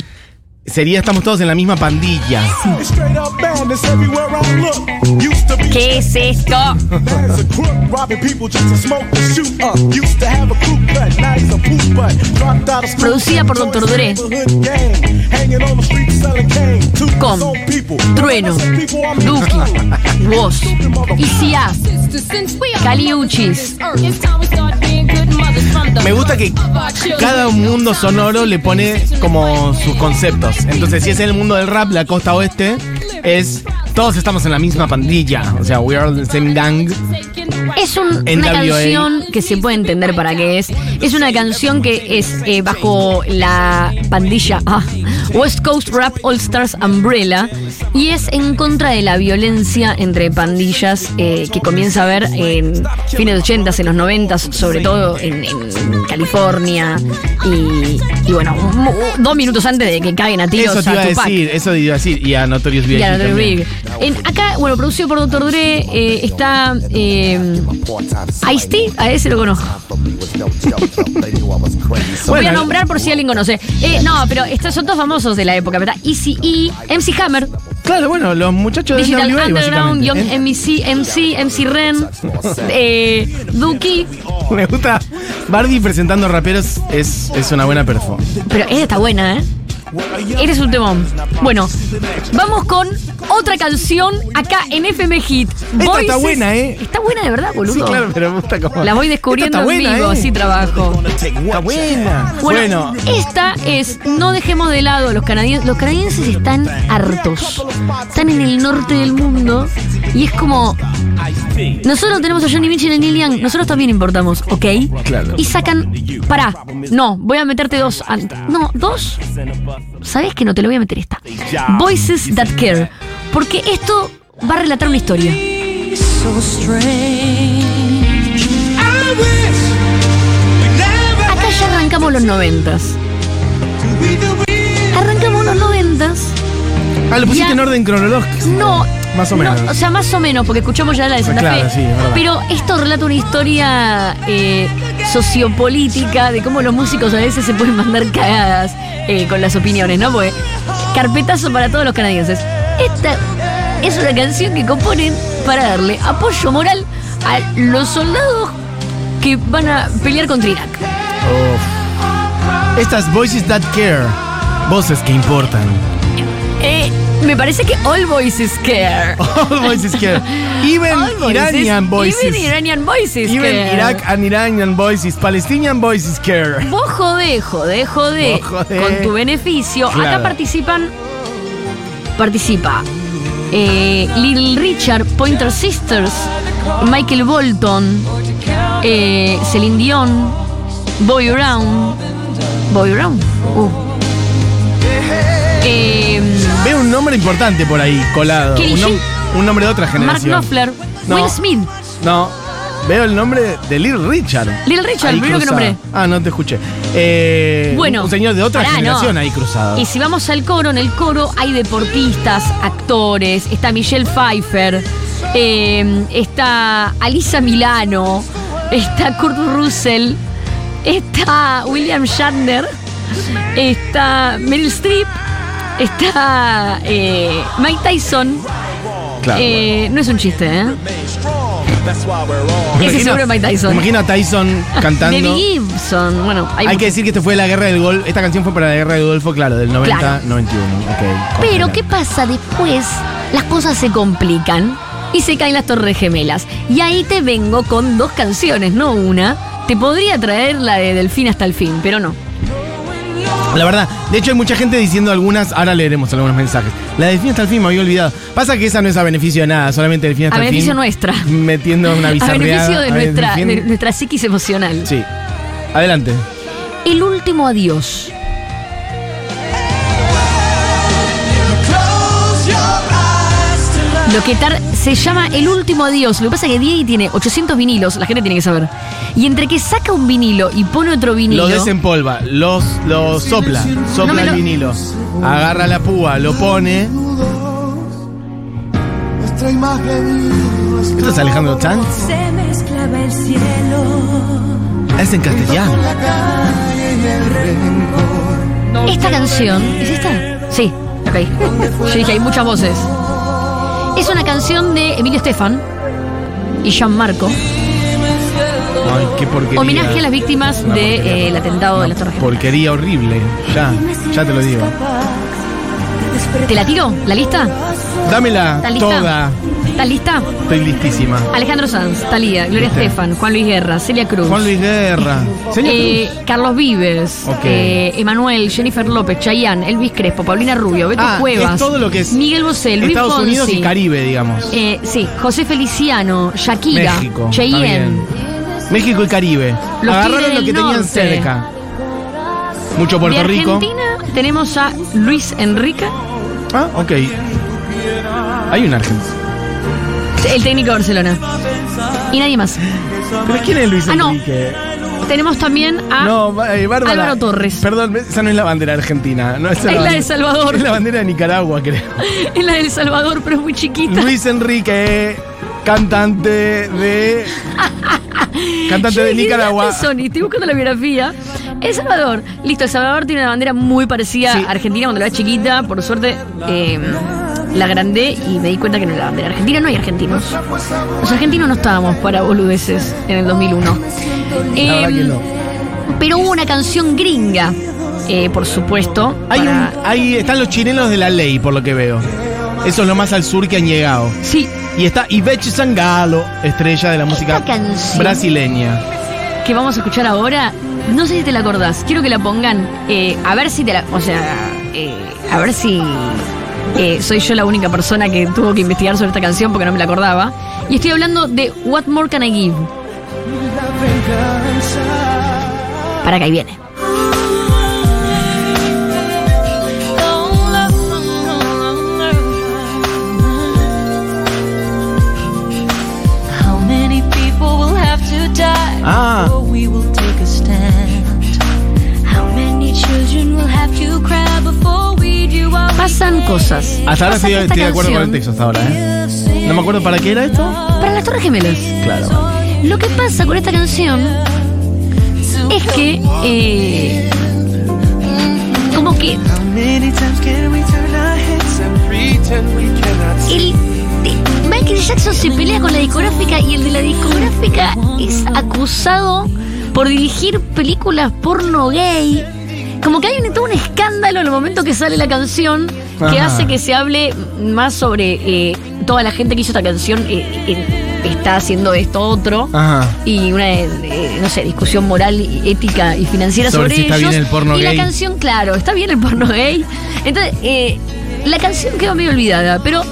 [SPEAKER 1] Sería estamos todos en la misma pandilla.
[SPEAKER 9] Straight up madness everywhere I look. Used to be
[SPEAKER 2] ¿Qué es esto?
[SPEAKER 9] as a crook, robbing people just to smoke and shoot up. Used to have a crew cut, now he's a poop butt. Dropped out of school.
[SPEAKER 2] Producida por Dr. Dre.
[SPEAKER 9] neighborhood gang. Hanging on the street selling cane. To
[SPEAKER 2] Con
[SPEAKER 9] his own people.
[SPEAKER 2] Trueno,
[SPEAKER 9] People I'm
[SPEAKER 2] Duki, Woz, ICA, Caliuchis.
[SPEAKER 1] Me gusta que cada mundo sonoro le pone como sus conceptos. Entonces, si es el mundo del rap, la costa oeste es todos estamos en la misma pandilla. O sea, we are the same gang.
[SPEAKER 2] Es un-
[SPEAKER 1] En
[SPEAKER 2] una
[SPEAKER 1] WA.
[SPEAKER 2] canción que se puede entender para qué es. Es una canción que es eh, bajo la pandilla ah, West Coast Rap All Stars Umbrella y es en contra de la violencia entre pandillas eh, que comienza a ver en fines de 80s, en los 90s, sobre todo en, en California y, y bueno, mu- dos minutos antes de que caguen a tiros
[SPEAKER 1] Eso te iba a
[SPEAKER 2] Tupac.
[SPEAKER 1] decir, eso te iba a decir. Y a Notorious B.I.G.
[SPEAKER 2] Y a Dr.
[SPEAKER 1] también.
[SPEAKER 2] Dre. En- acá, bueno, producido por Dr. Dre, eh, está eh, Ice-T, a ese lo conozco. Voy a
[SPEAKER 1] Bueno,
[SPEAKER 2] nombrar por si alguien conoce. Eh, no, pero estos son todos famosos de la época, ¿verdad? Easy E, MC Hammer,
[SPEAKER 1] Claro, bueno, los muchachos de
[SPEAKER 2] Digital
[SPEAKER 1] NWA,
[SPEAKER 2] Underground,
[SPEAKER 1] básicamente,
[SPEAKER 2] Young
[SPEAKER 1] ¿eh?
[SPEAKER 2] MC, MC, MC Ren, eh, Duki.
[SPEAKER 1] Me gusta. Bardi presentando raperos es, es una buena perfo.
[SPEAKER 2] Pero esa está buena, ¿eh? Eres un temón. Bueno, vamos con otra canción acá en FM Hit.
[SPEAKER 1] está buena, ¿eh?
[SPEAKER 2] Está buena de verdad, boludo.
[SPEAKER 1] Sí, claro, pero me gusta como.
[SPEAKER 2] La voy descubriendo
[SPEAKER 1] Esta está
[SPEAKER 2] en vivo,
[SPEAKER 1] buena, ¿eh?
[SPEAKER 2] así trabajo.
[SPEAKER 1] Está buena. Bueno,
[SPEAKER 2] Bueno, esta es No dejemos de lado los canadienses. Los canadienses están hartos. Están en el norte del mundo y es como. Nosotros tenemos a Johnny Mitchell y a Neil Young. Nosotros también importamos, ¿ok?
[SPEAKER 1] Claro.
[SPEAKER 2] Y sacan. Pará, no, voy a meterte dos. an- No, dos. ¿Sabes que no te lo voy a meter esta? Voices That Care. Porque esto va a relatar una historia.
[SPEAKER 6] So strange.
[SPEAKER 2] Acá ya arrancamos los noventas. Arrancamos los noventas.
[SPEAKER 1] ah, lo pusiste
[SPEAKER 2] ya-
[SPEAKER 1] en orden cronológico.
[SPEAKER 2] No.
[SPEAKER 1] Más o menos.
[SPEAKER 2] no, o sea, más o menos, porque escuchamos ya la de Santa
[SPEAKER 1] Claro,
[SPEAKER 2] Fe.
[SPEAKER 1] sí, es verdad.
[SPEAKER 2] pero esto relata una historia eh, sociopolítica de cómo los músicos a veces se pueden mandar cagadas eh, con las opiniones, ¿no? Porque carpetazo para todos los canadienses. Esta es una canción que componen para darle apoyo moral a los soldados que van a pelear contra Irak.
[SPEAKER 1] Estas voices that care. Voces que importan.
[SPEAKER 2] Eh, me parece que All Voices Care.
[SPEAKER 1] All voices care. Even
[SPEAKER 2] All
[SPEAKER 1] Iranian voices.
[SPEAKER 2] Even Iranian Voices
[SPEAKER 1] Even
[SPEAKER 2] Care.
[SPEAKER 1] Iraq and Iranian voices. Palestinian voices care.
[SPEAKER 2] Vos jodé, jodé, jodé,
[SPEAKER 1] Vos jodé.
[SPEAKER 2] con tu beneficio.
[SPEAKER 1] Claro.
[SPEAKER 2] Acá participan. Participa. eh, Little Richard, Pointer Sisters, Michael Bolton, eh, Celine Dion, Boy Brown. Boy Brown. Uh. Eh,
[SPEAKER 1] Veo un nombre importante por ahí colado.
[SPEAKER 2] Kenny
[SPEAKER 1] Un, nom-
[SPEAKER 2] G.
[SPEAKER 1] un nombre de otra
[SPEAKER 2] Mark
[SPEAKER 1] generación.
[SPEAKER 2] Knopfler,
[SPEAKER 1] No.
[SPEAKER 2] Will Smith.
[SPEAKER 1] No. Veo el nombre de Lil Richard.
[SPEAKER 2] Little Richard,
[SPEAKER 1] Ahí
[SPEAKER 2] primero que
[SPEAKER 1] cruzado.
[SPEAKER 2] nombré.
[SPEAKER 1] Ah, no te escuché. Eh,
[SPEAKER 2] Bueno.
[SPEAKER 1] Un señor de otra
[SPEAKER 2] pará, no.
[SPEAKER 1] generación ahí cruzado.
[SPEAKER 2] Y si vamos al coro, en el coro hay deportistas, actores, está Michelle Pfeiffer, eh, está Alisa Milano, está Kurt Russell, está William Shatner, está Meryl Streep, está eh, Mike Tyson.
[SPEAKER 1] Claro.
[SPEAKER 2] Eh, no es un chiste, ¿eh?
[SPEAKER 1] Me
[SPEAKER 2] Ese
[SPEAKER 1] imagino-
[SPEAKER 2] seguro es Mike Tyson.
[SPEAKER 1] me Imagino a Tyson cantando.
[SPEAKER 2] Debbie Gibson, bueno, hay,
[SPEAKER 1] Hay
[SPEAKER 2] muchos.
[SPEAKER 1] que decir que este fue la guerra del Golfo. Esta canción fue para la guerra del Golfo, claro, del 90-91.
[SPEAKER 2] Claro. Pero ¿qué pasa después? Las cosas se complican y se caen las torres gemelas. Y ahí te vengo con dos canciones, no una. Te podría traer la de Del fin hasta el fin, pero no.
[SPEAKER 1] La verdad, de hecho hay mucha gente diciendo algunas, ahora leeremos algunos mensajes. La del fin hasta el fin me había olvidado. Pasa que esa no es a beneficio de nada, solamente del fin hasta
[SPEAKER 2] A
[SPEAKER 1] el fin.
[SPEAKER 2] beneficio nuestra.
[SPEAKER 1] Metiendo una
[SPEAKER 2] A
[SPEAKER 1] bizarreada.
[SPEAKER 2] beneficio de
[SPEAKER 1] a beneficio
[SPEAKER 2] nuestra,
[SPEAKER 1] del
[SPEAKER 2] de
[SPEAKER 1] fin.
[SPEAKER 2] nuestra psiquis emocional.
[SPEAKER 1] Sí. Adelante.
[SPEAKER 2] El último adiós. Lo que tar- se llama El último adiós. Lo que pasa es que Diego tiene 800 vinilos, la gente tiene que saber. Y entre que saca un vinilo y pone otro vinilo.
[SPEAKER 1] Lo desempolva, los, lo sopla, sopla
[SPEAKER 2] No me
[SPEAKER 1] el
[SPEAKER 2] lo-
[SPEAKER 1] vinilo. Agarra la púa, lo pone. ¿Esto es Alejandro Sanz?
[SPEAKER 5] Se mezclaba el cielo.
[SPEAKER 1] Es en castellano.
[SPEAKER 2] Esta canción, ¿es esta? Sí, ok. Yo dije, hay muchas voces. Es una canción de Emilio Estefan y Gianmarco.
[SPEAKER 1] Ay, qué porquería.
[SPEAKER 2] Homenaje a las víctimas del
[SPEAKER 1] Una porquería.
[SPEAKER 2] atentado de las Torres Gemelas.
[SPEAKER 1] Porquería horrible. Ya, ya te lo digo.
[SPEAKER 2] ¿Te la tiro? ¿La lista?
[SPEAKER 1] Dámela
[SPEAKER 2] ¿Está lista?
[SPEAKER 1] toda.
[SPEAKER 2] ¿Está lista?
[SPEAKER 1] Estoy listísima.
[SPEAKER 2] Alejandro Sanz, Talía, Gloria
[SPEAKER 1] Lista.
[SPEAKER 2] Estefan, Juan Luis Guerra, Celia Cruz.
[SPEAKER 1] Juan Luis Guerra. Señor
[SPEAKER 2] eh,
[SPEAKER 1] Cruz.
[SPEAKER 2] Carlos Vives,
[SPEAKER 1] Ok.
[SPEAKER 2] eh, Emanuel, Jennifer López, Chayanne, Elvis Crespo, Paulina Rubio, Beto
[SPEAKER 1] Ah, es
[SPEAKER 2] Cuevas,
[SPEAKER 1] todo lo que es
[SPEAKER 2] Miguel Bosé, Luis
[SPEAKER 1] Estados
[SPEAKER 2] Fonsi,
[SPEAKER 1] Unidos y Caribe, digamos.
[SPEAKER 2] Eh, sí, José Feliciano, Shakira,
[SPEAKER 1] México.
[SPEAKER 2] Cheyenne.
[SPEAKER 1] también. México y Caribe.
[SPEAKER 2] Los
[SPEAKER 1] Agarraron
[SPEAKER 2] Tigres
[SPEAKER 1] lo que
[SPEAKER 2] del
[SPEAKER 1] tenían
[SPEAKER 2] Norte.
[SPEAKER 1] cerca. Mucho
[SPEAKER 2] de
[SPEAKER 1] Puerto Rico.
[SPEAKER 2] Argentina tenemos a Luis Enrique,
[SPEAKER 1] Ah, ok. Hay un argentino.
[SPEAKER 2] el técnico de Barcelona. Y nadie más.
[SPEAKER 1] ¿Pero quién es Luis
[SPEAKER 2] Ah, no.
[SPEAKER 1] Enrique?
[SPEAKER 2] Tenemos también a.
[SPEAKER 1] No, eh, Bárbara.
[SPEAKER 2] Álvaro Torres.
[SPEAKER 1] Perdón, esa no es la bandera argentina. No, esa
[SPEAKER 2] Es la
[SPEAKER 1] ban-
[SPEAKER 2] de Salvador.
[SPEAKER 1] Es la bandera de Nicaragua, creo.
[SPEAKER 2] Es la del Salvador, pero es muy chiquita.
[SPEAKER 1] Luis Enrique, cantante de. Cantante
[SPEAKER 2] Yo
[SPEAKER 1] de
[SPEAKER 2] dije,
[SPEAKER 1] Nicaragua.
[SPEAKER 2] ¿dónde son? Y estoy buscando la biografía. El Salvador. Listo, El Salvador tiene una bandera muy parecida
[SPEAKER 1] Sí.
[SPEAKER 2] a Argentina cuando era chiquita. Por suerte, eh, la agrandé y me di cuenta que no era la bandera argentina. No hay argentinos. Los argentinos no estábamos para boludeces en el 2001.
[SPEAKER 1] La verdad
[SPEAKER 2] Em,
[SPEAKER 1] que no.
[SPEAKER 2] Pero hubo una canción gringa, eh, por supuesto.
[SPEAKER 1] Hay un-
[SPEAKER 2] para-
[SPEAKER 1] hay- están los chilenos de la ley, por lo que veo. Eso es lo más al sur que han llegado.
[SPEAKER 2] Sí,
[SPEAKER 1] Y está Ivete Sangalo, estrella de la música
[SPEAKER 2] Esta canción.
[SPEAKER 1] brasileña.
[SPEAKER 2] que vamos a escuchar ahora, no sé si te la acordás, quiero que la pongan, eh, a ver si te la, o sea, eh, a ver si eh, soy yo la única persona que tuvo que investigar sobre esta canción porque no me la acordaba. Y estoy hablando de What More Can I Give. Para que ahí viene.
[SPEAKER 5] How many people will have to die
[SPEAKER 1] Ah.
[SPEAKER 5] before we will take a stand? How many children will have to cry before we do our
[SPEAKER 2] Pasan cosas.
[SPEAKER 1] Hasta ahora
[SPEAKER 2] Pasa
[SPEAKER 1] estoy,
[SPEAKER 2] que esta
[SPEAKER 1] estoy de acuerdo con el texto
[SPEAKER 2] canción-
[SPEAKER 1] hasta ahora, ¿eh? No me acuerdo para qué era esto.
[SPEAKER 2] Para las Torres Gemelas.
[SPEAKER 1] Claro.
[SPEAKER 2] Lo que pasa con esta canción es que, eh, como que
[SPEAKER 6] Many times can we turn our heads and pretend we cannot see?
[SPEAKER 2] el discográfica y el de la discográfica es acusado por dirigir películas porno gay. Como que hay un, todo un escándalo en el momento que sale la canción que
[SPEAKER 1] Ajá.
[SPEAKER 2] hace que se hable más sobre eh, toda la gente que hizo esta canción eh, eh, está haciendo esto otro.
[SPEAKER 1] Ajá.
[SPEAKER 2] Y una, eh, no sé, discusión moral, y ética y financiera
[SPEAKER 1] Sobre
[SPEAKER 2] sobre,
[SPEAKER 1] si está
[SPEAKER 2] ellos.
[SPEAKER 1] bien el porno
[SPEAKER 2] y
[SPEAKER 1] gay.
[SPEAKER 2] la canción, claro, está bien el porno gay. Entonces, eh, la canción quedó medio olvidada, pero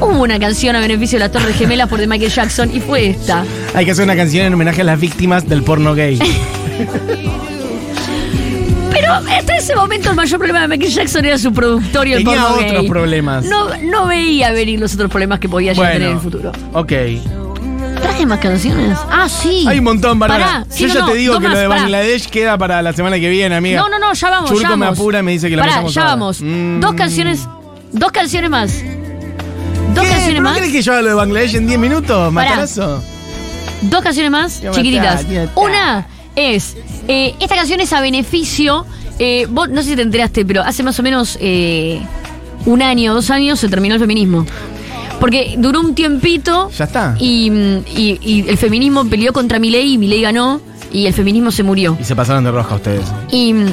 [SPEAKER 2] hubo una canción a beneficio de las Torres Gemelas por de Michael Jackson y fue esta.
[SPEAKER 1] Hay que hacer una canción en homenaje a las víctimas del porno gay.
[SPEAKER 2] Pero hasta ese momento el mayor problema de Michael Jackson era su productor y el
[SPEAKER 1] Tenía
[SPEAKER 2] porno
[SPEAKER 1] otros
[SPEAKER 2] gay.
[SPEAKER 1] problemas.
[SPEAKER 2] No, no veía venir los otros problemas que podía llegar a tener en el futuro.
[SPEAKER 1] Ok.
[SPEAKER 2] ¿Traje más canciones? Ah, sí.
[SPEAKER 1] Hay un montón, Bárbara.
[SPEAKER 2] Pará, sí,
[SPEAKER 1] Yo
[SPEAKER 2] no,
[SPEAKER 1] ya
[SPEAKER 2] no,
[SPEAKER 1] te digo
[SPEAKER 2] dos
[SPEAKER 1] que
[SPEAKER 2] más,
[SPEAKER 1] lo de
[SPEAKER 2] pará.
[SPEAKER 1] Bangladesh queda para la semana que viene, amiga.
[SPEAKER 2] No, no, no, ya vamos.
[SPEAKER 1] Churco
[SPEAKER 2] ya
[SPEAKER 1] me
[SPEAKER 2] vamos.
[SPEAKER 1] apura y me dice que la
[SPEAKER 2] Pará,
[SPEAKER 1] pasamos
[SPEAKER 2] ya
[SPEAKER 1] ahora.
[SPEAKER 2] vamos.
[SPEAKER 1] Mm.
[SPEAKER 2] Dos canciones. Dos canciones más. Dos
[SPEAKER 1] ¿Qué?
[SPEAKER 2] canciones
[SPEAKER 1] ¿Pero
[SPEAKER 2] más.
[SPEAKER 1] crees que yo haga lo de Bangladesh en 10 minutos, matarazo?
[SPEAKER 2] Dos canciones más,
[SPEAKER 1] Ya
[SPEAKER 2] chiquititas.
[SPEAKER 1] está, ya está.
[SPEAKER 2] Una es. eh, esta canción es a beneficio. eh, vos, no sé si te enteraste, pero hace más o menos eh, un año, dos años se terminó el feminismo. Porque duró un tiempito.
[SPEAKER 1] Ya está.
[SPEAKER 2] Y, mm, y- y el feminismo peleó contra Milei y Milei ganó. Y el feminismo se murió.
[SPEAKER 1] Y se pasaron de roja ustedes.
[SPEAKER 2] Y mm,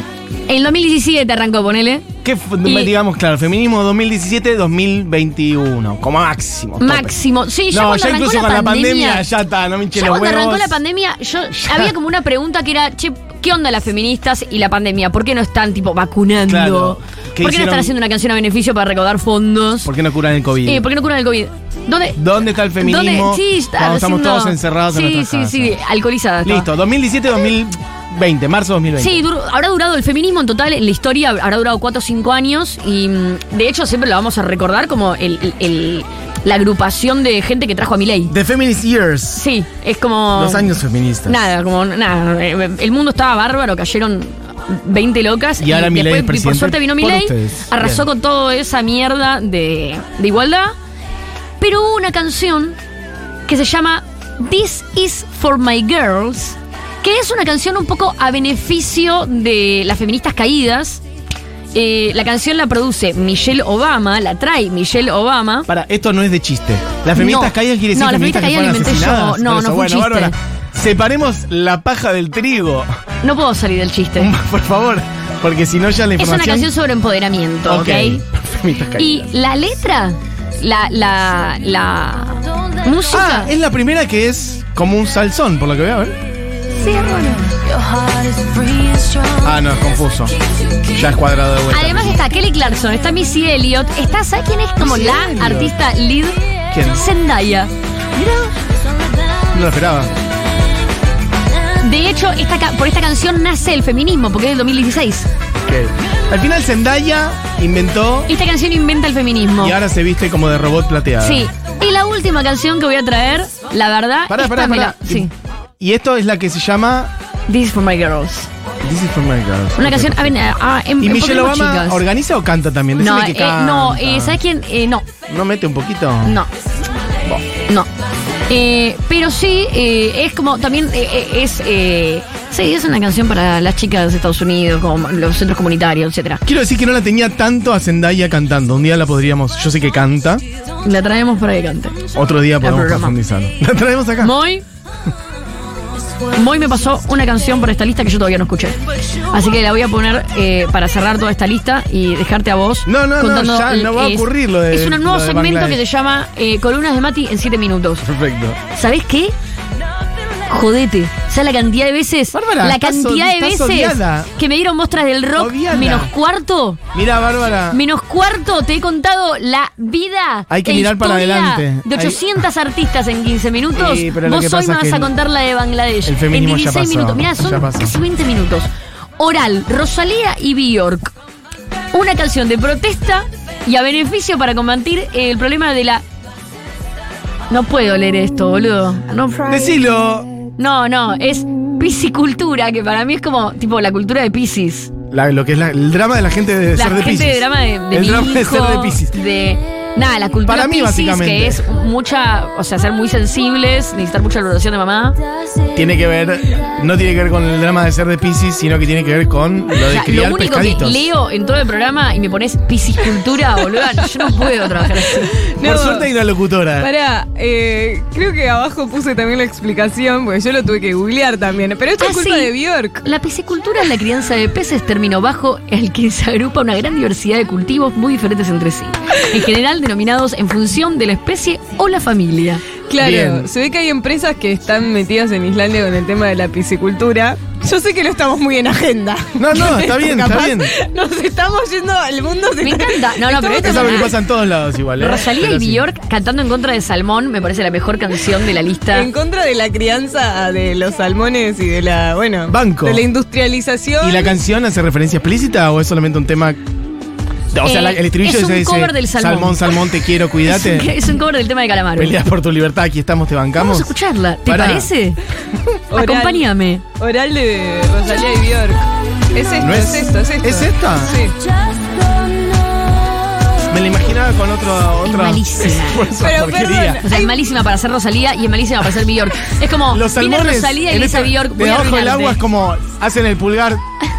[SPEAKER 2] en 2017 arrancó, ponele.
[SPEAKER 1] ¿Qué fu-
[SPEAKER 2] Y-
[SPEAKER 1] digamos, claro, feminismo 2017-2021, como máximo. tope.
[SPEAKER 2] Máximo. Sí, ya
[SPEAKER 1] No,
[SPEAKER 2] cuando
[SPEAKER 1] ya
[SPEAKER 2] arrancó
[SPEAKER 1] incluso
[SPEAKER 2] la
[SPEAKER 1] con la
[SPEAKER 2] pandemia,
[SPEAKER 1] pandemia ya está, no me hinche
[SPEAKER 2] ya
[SPEAKER 1] los
[SPEAKER 2] cuando
[SPEAKER 1] huevos.
[SPEAKER 2] arrancó la pandemia, yo había como una pregunta que era, che, ¿qué onda las feministas y la pandemia? ¿Por qué no están tipo vacunando?
[SPEAKER 1] Claro.
[SPEAKER 2] ¿Por
[SPEAKER 1] ¿Qué
[SPEAKER 2] qué no
[SPEAKER 1] hicieron?
[SPEAKER 2] están haciendo una canción a beneficio para recaudar fondos?
[SPEAKER 1] ¿Por qué no curan el COVID?
[SPEAKER 2] Eh, ¿Por qué no curan el COVID? ¿Dónde?
[SPEAKER 1] ¿Dónde está el feminismo?
[SPEAKER 2] ¿Dónde? Sí, está
[SPEAKER 1] cuando estamos
[SPEAKER 2] haciendo-
[SPEAKER 1] todos encerrados
[SPEAKER 2] sí,
[SPEAKER 1] en nuestras
[SPEAKER 2] Sí, sí, sí,
[SPEAKER 1] casas.
[SPEAKER 2] alcoholizada. estaba.
[SPEAKER 1] Listo, 2017-2020, marzo 2020.
[SPEAKER 2] Sí, dur- habrá durado el feminismo en total, en la historia habrá durado 4 o 5 años y mm, de hecho siempre lo vamos a recordar como el- el- el- la agrupación de gente que trajo a Milei.
[SPEAKER 1] The Feminist Years.
[SPEAKER 2] Sí, es como...
[SPEAKER 1] Los años feministas.
[SPEAKER 2] Nada, como nada. eh, El mundo estaba bárbaro, cayeron 20 locas.
[SPEAKER 1] Y ahora Milei es
[SPEAKER 2] después, y Por
[SPEAKER 1] presidente
[SPEAKER 2] suerte vino
[SPEAKER 1] por
[SPEAKER 2] Milei,
[SPEAKER 1] ustedes.
[SPEAKER 2] arrasó
[SPEAKER 1] Bien.
[SPEAKER 2] con toda esa mierda de, de igualdad. Pero hubo una canción que se llama This Is For My Girls, que es una canción un poco a beneficio de las feministas caídas. Eh, la canción la produce Michelle Obama, la trae Michelle Obama.
[SPEAKER 1] Para, esto no es de chiste. Las feministas
[SPEAKER 2] No.
[SPEAKER 1] caídas quiere decir
[SPEAKER 2] No, las feministas
[SPEAKER 1] que
[SPEAKER 2] caídas
[SPEAKER 1] fueron
[SPEAKER 2] lo inventé yo.
[SPEAKER 1] asesinadas.
[SPEAKER 2] No,
[SPEAKER 1] Por eso,
[SPEAKER 2] no fue un
[SPEAKER 1] bueno,
[SPEAKER 2] chiste.
[SPEAKER 1] Bárbara, separemos la paja del trigo,
[SPEAKER 2] No puedo salir del chiste.
[SPEAKER 1] por favor, porque si no ya la
[SPEAKER 2] Este. Es
[SPEAKER 1] información...
[SPEAKER 2] una canción sobre empoderamiento, ¿ok?
[SPEAKER 1] Feministas caídas.
[SPEAKER 2] Y la letra, la, la, la música.
[SPEAKER 1] Ah, es la primera que es como un salsón, por lo que veo, ¿eh?
[SPEAKER 5] Your heart is free and strong.
[SPEAKER 1] Ah, no, es confuso. Ya es cuadrado de vuelta.
[SPEAKER 2] Además está Kelly Clarkson, está Missy Elliott, está, ¿sabes quién es como la
[SPEAKER 1] Elliott.
[SPEAKER 2] artista lead?
[SPEAKER 1] ¿Quién?
[SPEAKER 2] Zendaya.
[SPEAKER 5] It's all about
[SPEAKER 1] No lo esperaba.
[SPEAKER 2] De hecho, esta, ca- por esta canción nace el feminismo, porque es del 2016.
[SPEAKER 1] Ok. Al final Zendaya inventó
[SPEAKER 2] Esta canción inventa el feminismo.
[SPEAKER 1] y ahora se viste como de robot plateado.
[SPEAKER 2] Sí. Y la última canción que voy a traer, la verdad,
[SPEAKER 1] Pará,
[SPEAKER 2] esta
[SPEAKER 1] pará,
[SPEAKER 2] me
[SPEAKER 1] pará.
[SPEAKER 2] la- sí.
[SPEAKER 1] Y, y esto es la que se llama
[SPEAKER 2] This is for my girls.
[SPEAKER 1] This is for my girls.
[SPEAKER 2] Una canción. a ver, ah, en-
[SPEAKER 1] ¿Y
[SPEAKER 2] en
[SPEAKER 1] Michelle
[SPEAKER 2] Pokémon,
[SPEAKER 1] Obama
[SPEAKER 2] chicas.
[SPEAKER 1] organiza o canta también? Decime
[SPEAKER 2] No,
[SPEAKER 1] que
[SPEAKER 2] eh, no,
[SPEAKER 1] canta.
[SPEAKER 2] eh, ¿sabes quién? Eh, no,
[SPEAKER 1] ¿No mete un poquito?
[SPEAKER 2] No. No. Eh, pero sí, eh, es como también eh, eh, es. eh, sí, es una canción para las chicas de Estados Unidos, como los centros comunitarios, etcétera.
[SPEAKER 1] Quiero decir que no la tenía tanto a Zendaya cantando. Un día la podríamos. Yo sé que canta.
[SPEAKER 2] La traemos para que cante.
[SPEAKER 1] Otro día podemos
[SPEAKER 2] programa.
[SPEAKER 1] profundizar. La traemos acá.
[SPEAKER 2] Moy. Moy me pasó una canción por esta lista que yo todavía no escuché. Así que la voy a poner eh, para cerrar toda esta lista y dejarte a vos.
[SPEAKER 1] No, no, no, ya
[SPEAKER 2] el-
[SPEAKER 1] no va a
[SPEAKER 2] es-
[SPEAKER 1] ocurrir lo de-
[SPEAKER 2] Es un
[SPEAKER 1] lo
[SPEAKER 2] nuevo
[SPEAKER 1] de
[SPEAKER 2] segmento que
[SPEAKER 1] Bangladesh.
[SPEAKER 2] se llama eh, Columnas de Mati en 7 minutos.
[SPEAKER 1] Perfecto.
[SPEAKER 2] ¿Sabes qué? Jodete. O sea, la cantidad de veces.
[SPEAKER 1] Bárbara,
[SPEAKER 2] la
[SPEAKER 1] estás
[SPEAKER 2] cantidad
[SPEAKER 1] od-
[SPEAKER 2] de veces
[SPEAKER 1] estás odiada.
[SPEAKER 2] que me dieron muestras del rock
[SPEAKER 1] Odiada.
[SPEAKER 2] menos cuarto.
[SPEAKER 1] Mira, Bárbara.
[SPEAKER 2] Menos cuarto, te he contado la vida.
[SPEAKER 1] Hay que
[SPEAKER 2] e
[SPEAKER 1] mirar para
[SPEAKER 2] historia
[SPEAKER 1] adelante.
[SPEAKER 2] De
[SPEAKER 1] Hay-
[SPEAKER 2] 800 artistas en 15 minutos.
[SPEAKER 1] Sí, pero lo que
[SPEAKER 2] Vos hoy
[SPEAKER 1] pasa
[SPEAKER 2] me
[SPEAKER 1] es
[SPEAKER 2] vas
[SPEAKER 1] que
[SPEAKER 2] a
[SPEAKER 1] el-
[SPEAKER 2] contar la de Bangladesh.
[SPEAKER 1] el feminismo
[SPEAKER 2] en
[SPEAKER 1] ya
[SPEAKER 2] 16
[SPEAKER 1] pasó,
[SPEAKER 2] minutos. Mirá,
[SPEAKER 1] ya
[SPEAKER 2] son
[SPEAKER 1] pasó.
[SPEAKER 2] casi 20 minutos. Oral, Rosalía y Bjork. Una canción de protesta y a beneficio para combatir el problema de la. No puedo leer esto, boludo. No,
[SPEAKER 1] Decilo.
[SPEAKER 2] no, no, es piscicultura, que para mí es como tipo la cultura de Piscis.
[SPEAKER 1] La- lo que es la- el drama de la gente de
[SPEAKER 2] La
[SPEAKER 1] ser de
[SPEAKER 2] gente
[SPEAKER 1] Pisces.
[SPEAKER 2] de drama de, de
[SPEAKER 1] el
[SPEAKER 2] mi
[SPEAKER 1] drama de ser
[SPEAKER 2] hijo,
[SPEAKER 1] de Pisces.
[SPEAKER 2] de Nada, la cultura
[SPEAKER 1] Para mí,
[SPEAKER 2] Piscis,
[SPEAKER 1] básicamente.
[SPEAKER 2] que es mucha, o sea, ser muy sensibles, necesitar mucha valoración de mamá.
[SPEAKER 1] Tiene que ver, no tiene que ver con el drama de ser de Pisces, sino que tiene que ver con lo
[SPEAKER 2] O
[SPEAKER 1] de
[SPEAKER 2] sea,
[SPEAKER 1] criar
[SPEAKER 2] lo único
[SPEAKER 1] pescaditos.
[SPEAKER 2] que leo en todo el programa y me pones piscicultura, boludo, yo no puedo trabajar así.
[SPEAKER 1] Por suerte hay una locutora.
[SPEAKER 10] Pará, eh, creo que abajo puse también la explicación, porque yo lo tuve que googlear también. Pero esto
[SPEAKER 2] Ah,
[SPEAKER 10] es culpa
[SPEAKER 2] sí.
[SPEAKER 10] de Bjork.
[SPEAKER 2] La piscicultura es la crianza de peces, término bajo, al que se agrupa una gran diversidad de cultivos muy diferentes entre sí, en general denominados en función de la especie o la familia.
[SPEAKER 10] Claro,
[SPEAKER 1] Bien.
[SPEAKER 10] se ve que hay empresas que están metidas en Islandia con el tema de la piscicultura. Yo sé que no estamos muy en agenda.
[SPEAKER 1] No, no, está bien, está
[SPEAKER 10] Capaz
[SPEAKER 1] bien.
[SPEAKER 10] Nos estamos yendo, el mundo se
[SPEAKER 2] Me
[SPEAKER 10] está-
[SPEAKER 2] encanta. No, no, pero esto
[SPEAKER 1] Es
[SPEAKER 2] es
[SPEAKER 1] algo que
[SPEAKER 2] una-
[SPEAKER 1] pasa en todos lados igual. ¿eh?
[SPEAKER 2] Rosalía
[SPEAKER 1] Pero
[SPEAKER 2] y
[SPEAKER 1] sí.
[SPEAKER 2] Bjork cantando en contra de Salmón me parece la mejor canción de la lista.
[SPEAKER 10] En contra de la crianza de los salmones y de la, bueno,
[SPEAKER 1] Banco.
[SPEAKER 10] de la industrialización.
[SPEAKER 1] ¿Y la canción hace referencia explícita o es solamente un tema? O sea,
[SPEAKER 2] Eh,
[SPEAKER 1] la- el estribillo
[SPEAKER 2] es un
[SPEAKER 1] ese-
[SPEAKER 2] cover del salmón.
[SPEAKER 1] Salmón, salmón, te quiero,
[SPEAKER 2] Es un,
[SPEAKER 1] cuídate.
[SPEAKER 2] es un cover del tema de Calamaro.
[SPEAKER 1] Peleas por tu libertad, aquí estamos, te
[SPEAKER 2] Vamos
[SPEAKER 1] bancamos.
[SPEAKER 2] a escucharla, ¿te
[SPEAKER 1] Pará.
[SPEAKER 2] parece?
[SPEAKER 10] Oral.
[SPEAKER 2] Acompáñame.
[SPEAKER 10] Oral de Rosalía y Bjork. Es esto,
[SPEAKER 1] ¿No
[SPEAKER 10] es,
[SPEAKER 1] es-
[SPEAKER 10] esto, es esto.
[SPEAKER 1] ¿es esta?
[SPEAKER 10] Sí.
[SPEAKER 1] Me la imaginaba con otro,
[SPEAKER 2] Es
[SPEAKER 1] otra.
[SPEAKER 2] malísima.
[SPEAKER 1] por esa
[SPEAKER 10] Pero
[SPEAKER 1] porquería.
[SPEAKER 10] perdón.
[SPEAKER 2] O sea, es malísima para ser Rosalía y es malísima para ser Bjork. Es como
[SPEAKER 1] Los
[SPEAKER 2] viene
[SPEAKER 1] salmones
[SPEAKER 2] Rosalía y
[SPEAKER 1] en
[SPEAKER 2] dice
[SPEAKER 1] esa-
[SPEAKER 2] Bjork, voy
[SPEAKER 1] de
[SPEAKER 2] a
[SPEAKER 1] abajo del
[SPEAKER 2] arruinarte.
[SPEAKER 1] agua es como hacen el pulgar.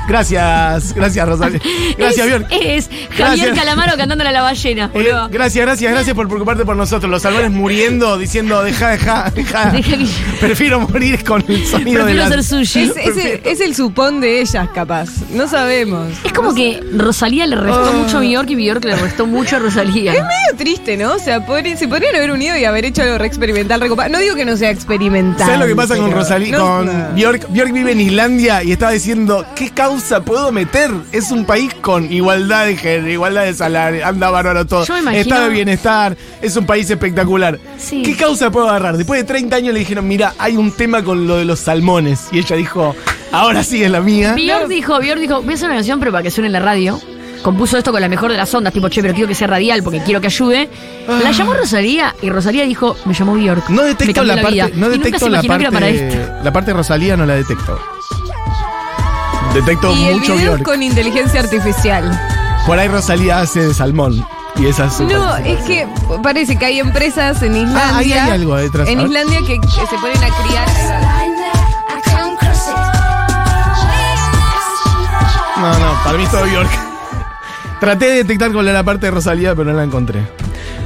[SPEAKER 1] Gracias, gracias Rosalía. Gracias
[SPEAKER 2] es,
[SPEAKER 1] Bjork. Eh,
[SPEAKER 2] Es Javier
[SPEAKER 1] Gracias.
[SPEAKER 2] Calamaro cantándole a la ballena.
[SPEAKER 1] Eh,
[SPEAKER 2] boludo.
[SPEAKER 1] gracias, gracias, gracias por preocuparte por nosotros. Los salmones muriendo, diciendo, deja, deja, deja.
[SPEAKER 2] Deja que-
[SPEAKER 1] Prefiero morir con el sonido de
[SPEAKER 2] Prefiero
[SPEAKER 1] las-
[SPEAKER 2] hacer sushi.
[SPEAKER 10] Es, es el, es el supón de ellas, capaz. No sabemos.
[SPEAKER 2] Es como que Rosalía le
[SPEAKER 1] Ah.
[SPEAKER 2] restó mucho a Bjork y Bjork le restó mucho a Rosalía.
[SPEAKER 10] Es medio triste, ¿no? O sea, podri- se podrían haber unido y haber hecho algo re experimental, re copado. No digo que no sea experimental.
[SPEAKER 1] ¿Sabes lo que pasa con
[SPEAKER 10] pero-
[SPEAKER 1] Rosalía?
[SPEAKER 10] No,
[SPEAKER 1] con
[SPEAKER 10] no.
[SPEAKER 1] Bjork. Bjork vive en Islandia y estaba diciendo, ¿qué causa puedo meter? Es un país con igualdad de género, igualdad de salario, anda bárbaro todo.
[SPEAKER 2] Yo me imagino-
[SPEAKER 1] Estado de bienestar, es un país espectacular.
[SPEAKER 2] Sí.
[SPEAKER 1] ¿Qué causa puedo agarrar? Después de 30 años le dijeron, mira, hay un tema con lo de los salmones. Y ella dijo, ahora sí es la mía.
[SPEAKER 2] Bjork dijo, Bjork dijo, voy a hacer una canción pero para que suene en la radio. Compuso esto con la mejor de las ondas, tipo, che, pero quiero que sea radial porque quiero que ayude. La llamó Rosalía y Rosalía dijo, me llamó Bjork.
[SPEAKER 1] Ah. No
[SPEAKER 2] Me
[SPEAKER 1] detecto
[SPEAKER 2] cambió
[SPEAKER 1] la, parte,
[SPEAKER 2] vida".
[SPEAKER 1] no
[SPEAKER 2] Y nunca
[SPEAKER 1] detecto
[SPEAKER 2] se
[SPEAKER 1] la
[SPEAKER 2] imaginó
[SPEAKER 1] parte,
[SPEAKER 2] que era para este, esto.
[SPEAKER 1] la parte de Rosalía no la detecto. Detecto
[SPEAKER 10] Y el
[SPEAKER 1] mucho
[SPEAKER 10] video
[SPEAKER 1] Bjork.
[SPEAKER 10] con inteligencia artificial.
[SPEAKER 1] Por ahí Rosalía hace de salmón y esa es su
[SPEAKER 10] No,
[SPEAKER 1] participación.
[SPEAKER 10] es que parece que hay empresas en Islandia.
[SPEAKER 1] Ah, ahí hay algo detrás,
[SPEAKER 10] En
[SPEAKER 1] a ver.
[SPEAKER 10] Islandia que, que se ponen a criar.
[SPEAKER 1] No, no, para mí es todo Bjork. Traté de detectar cuál era la parte de Rosalía, pero no la encontré.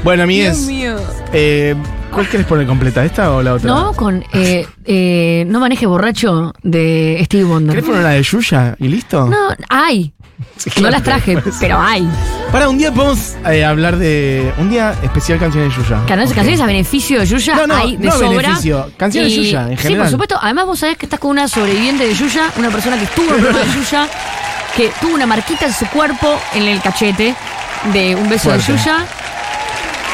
[SPEAKER 1] Bueno,
[SPEAKER 10] Dios
[SPEAKER 1] amigues,
[SPEAKER 10] mío.
[SPEAKER 1] eh, ¿cuál querés poner completa? ¿Esta o la otra?
[SPEAKER 2] No, vamos con eh, eh, No maneje borracho de Steve
[SPEAKER 1] ¿Querés
[SPEAKER 2] Wonder.
[SPEAKER 1] poner la de Yuya y listo?
[SPEAKER 2] No, hay.
[SPEAKER 1] Sí,
[SPEAKER 2] No
[SPEAKER 1] claro,
[SPEAKER 2] las traje,
[SPEAKER 1] por eso.
[SPEAKER 2] pero hay.
[SPEAKER 1] Para, un día podemos eh, hablar de. Un día especial canciones de Yuya.
[SPEAKER 2] Canciones,
[SPEAKER 1] Ok.
[SPEAKER 2] canciones a beneficio de Yuya
[SPEAKER 1] No, no,
[SPEAKER 2] hay de
[SPEAKER 1] no
[SPEAKER 2] sobra.
[SPEAKER 1] beneficio, canciones de Yuya, en
[SPEAKER 2] Sí, por
[SPEAKER 1] general.
[SPEAKER 2] supuesto. Además, vos sabés que estás con una sobreviviente de Yuya, una persona que estuvo en el programa de Yuya, que tuvo una marquita en su cuerpo, en el cachete, de un beso
[SPEAKER 1] Fuerte.
[SPEAKER 2] de Yuya.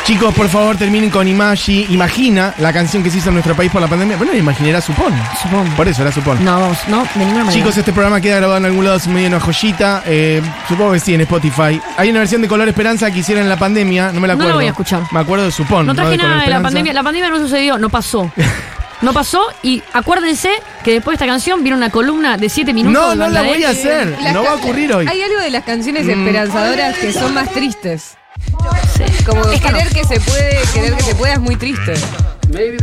[SPEAKER 1] Chicos, por favor, terminen con Imagi. Imagina la canción que se hizo en nuestro país por la pandemia. Bueno, Imagina era Supón.
[SPEAKER 2] Supongo.
[SPEAKER 1] Por eso era Supón.
[SPEAKER 2] No, vamos, no, de ninguna manera.
[SPEAKER 1] Chicos, este programa queda grabado en algún lado, es medio una joyita. Eh, supongo que sí, en Spotify. Hay una versión de Color Esperanza que hicieron en la pandemia, no me la
[SPEAKER 2] No la
[SPEAKER 1] acuerdo.
[SPEAKER 2] voy a escuchar.
[SPEAKER 1] Me acuerdo de Supón.
[SPEAKER 2] no traje
[SPEAKER 1] de Color
[SPEAKER 2] nada de la
[SPEAKER 1] Esperanza.
[SPEAKER 2] pandemia. La pandemia no sucedió, no pasó. No pasó y acuérdense que después de esta canción viene una columna de 7 minutos.
[SPEAKER 1] No,
[SPEAKER 2] de
[SPEAKER 1] no la
[SPEAKER 2] Bangladesh.
[SPEAKER 1] voy a hacer.
[SPEAKER 10] Las
[SPEAKER 1] No va a
[SPEAKER 10] ca-
[SPEAKER 1] ocurrir hoy. Mm.
[SPEAKER 10] Hay algo de las canciones esperanzadoras que son más tristes. Como
[SPEAKER 2] Esta
[SPEAKER 10] querer que se puede, querer que se pueda es muy triste.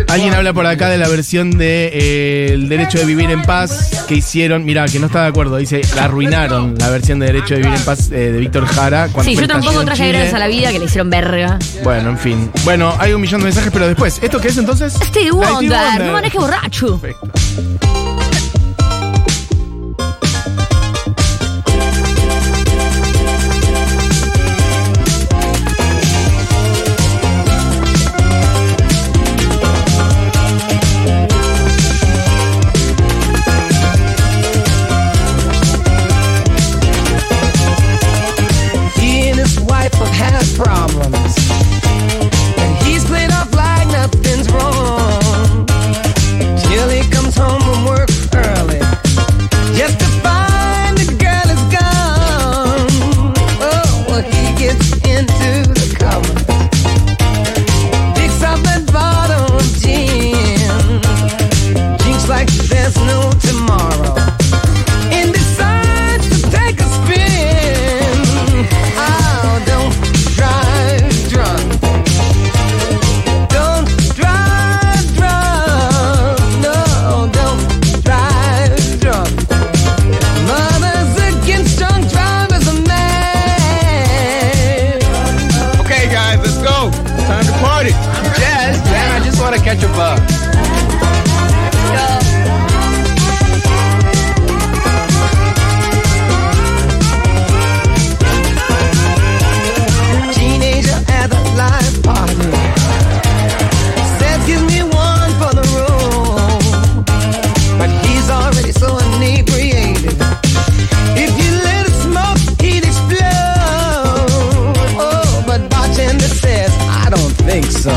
[SPEAKER 1] Alguien habla por acá de la versión de eh, El Derecho de Vivir en Paz que hicieron. Mirá, que no está de acuerdo. Dice, la arruinaron la versión de Derecho de Vivir en Paz eh, de Víctor Jara. cuando
[SPEAKER 2] Sí,
[SPEAKER 1] fue
[SPEAKER 2] yo tampoco
[SPEAKER 1] estallido en
[SPEAKER 2] traje
[SPEAKER 1] Chile.
[SPEAKER 2] gracias a la vida que le hicieron verga.
[SPEAKER 1] Bueno, en fin. Bueno, hay un millón de mensajes, pero después. ¿Esto qué es entonces?
[SPEAKER 2] Stevie
[SPEAKER 1] La de Stevie
[SPEAKER 2] Wonder,
[SPEAKER 1] Wonder.
[SPEAKER 2] no maneje borracho.
[SPEAKER 1] Perfecto.
[SPEAKER 7] He and his wife have had problems. And he's played off like nothing's wrong. Till he comes home from work early. Just to find the girl is gone. Oh, well, he gets into the cover. Picks up that bottle of gin. Drinks like there's no tomorrow and decides to take a spin. Oh, don't drive drunk.
[SPEAKER 11] catch a bug.
[SPEAKER 7] Teenager at the live party says, "Give me one for the road," but he's already so inebriated. If you let it smoke, he'd explode. Oh, but bartender says, "I don't think so."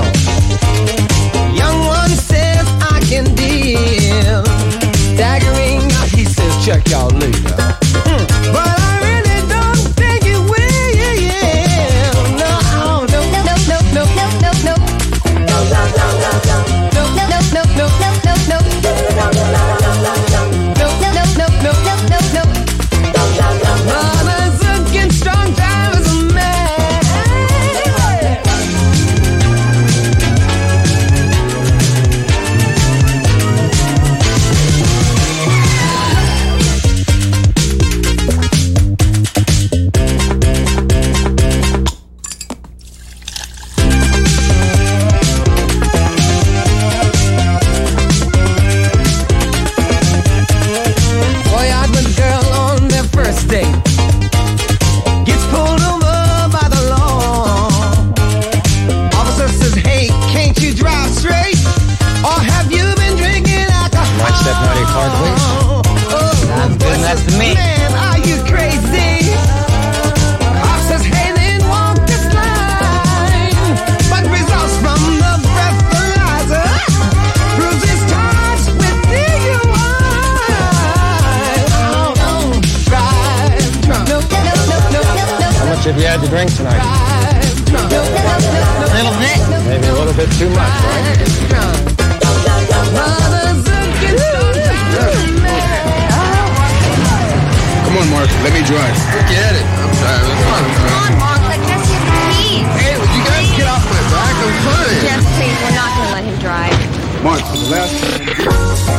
[SPEAKER 7] Young one says, "I can deal." Staggering out, he says, "Check y'all later." Mm, But I really don't think it will. No, no, no, no, no, no, no, no, no. No, no, no, no, no. No, no, no, no, no, no, no, no. No, no, no, no, no, no. No, no, no, no, no, no, no, no. Mama's looking strong, time is a man. Boy out with girl on their first date. Gets pulled over by the law. Officer says, hey, can't you drive straight? Or have you been drinking alcohol?
[SPEAKER 11] Watch that naughty card, please.
[SPEAKER 7] Oh,
[SPEAKER 11] doing that to me.
[SPEAKER 7] Man, are you crazy? Cop says, hey, then walk this line. But results from the breathalyzer proves it's charged with DUI. Oh, don't drive drunk. No, no, no, no, no,
[SPEAKER 11] How much have you had to drink tonight?
[SPEAKER 7] no, no, no, no, no. Little bit.
[SPEAKER 11] Maybe a little bit too much, right?
[SPEAKER 7] Mother's looking so tired, man.
[SPEAKER 12] Come on, Mark. Let me drive. Look at it. I'm driving. Come on. Come on, Mark. Hey, will you guys get off my back? I'm sorry.
[SPEAKER 13] Yes, please. We're not going to let him drive.
[SPEAKER 12] Mark, to the left.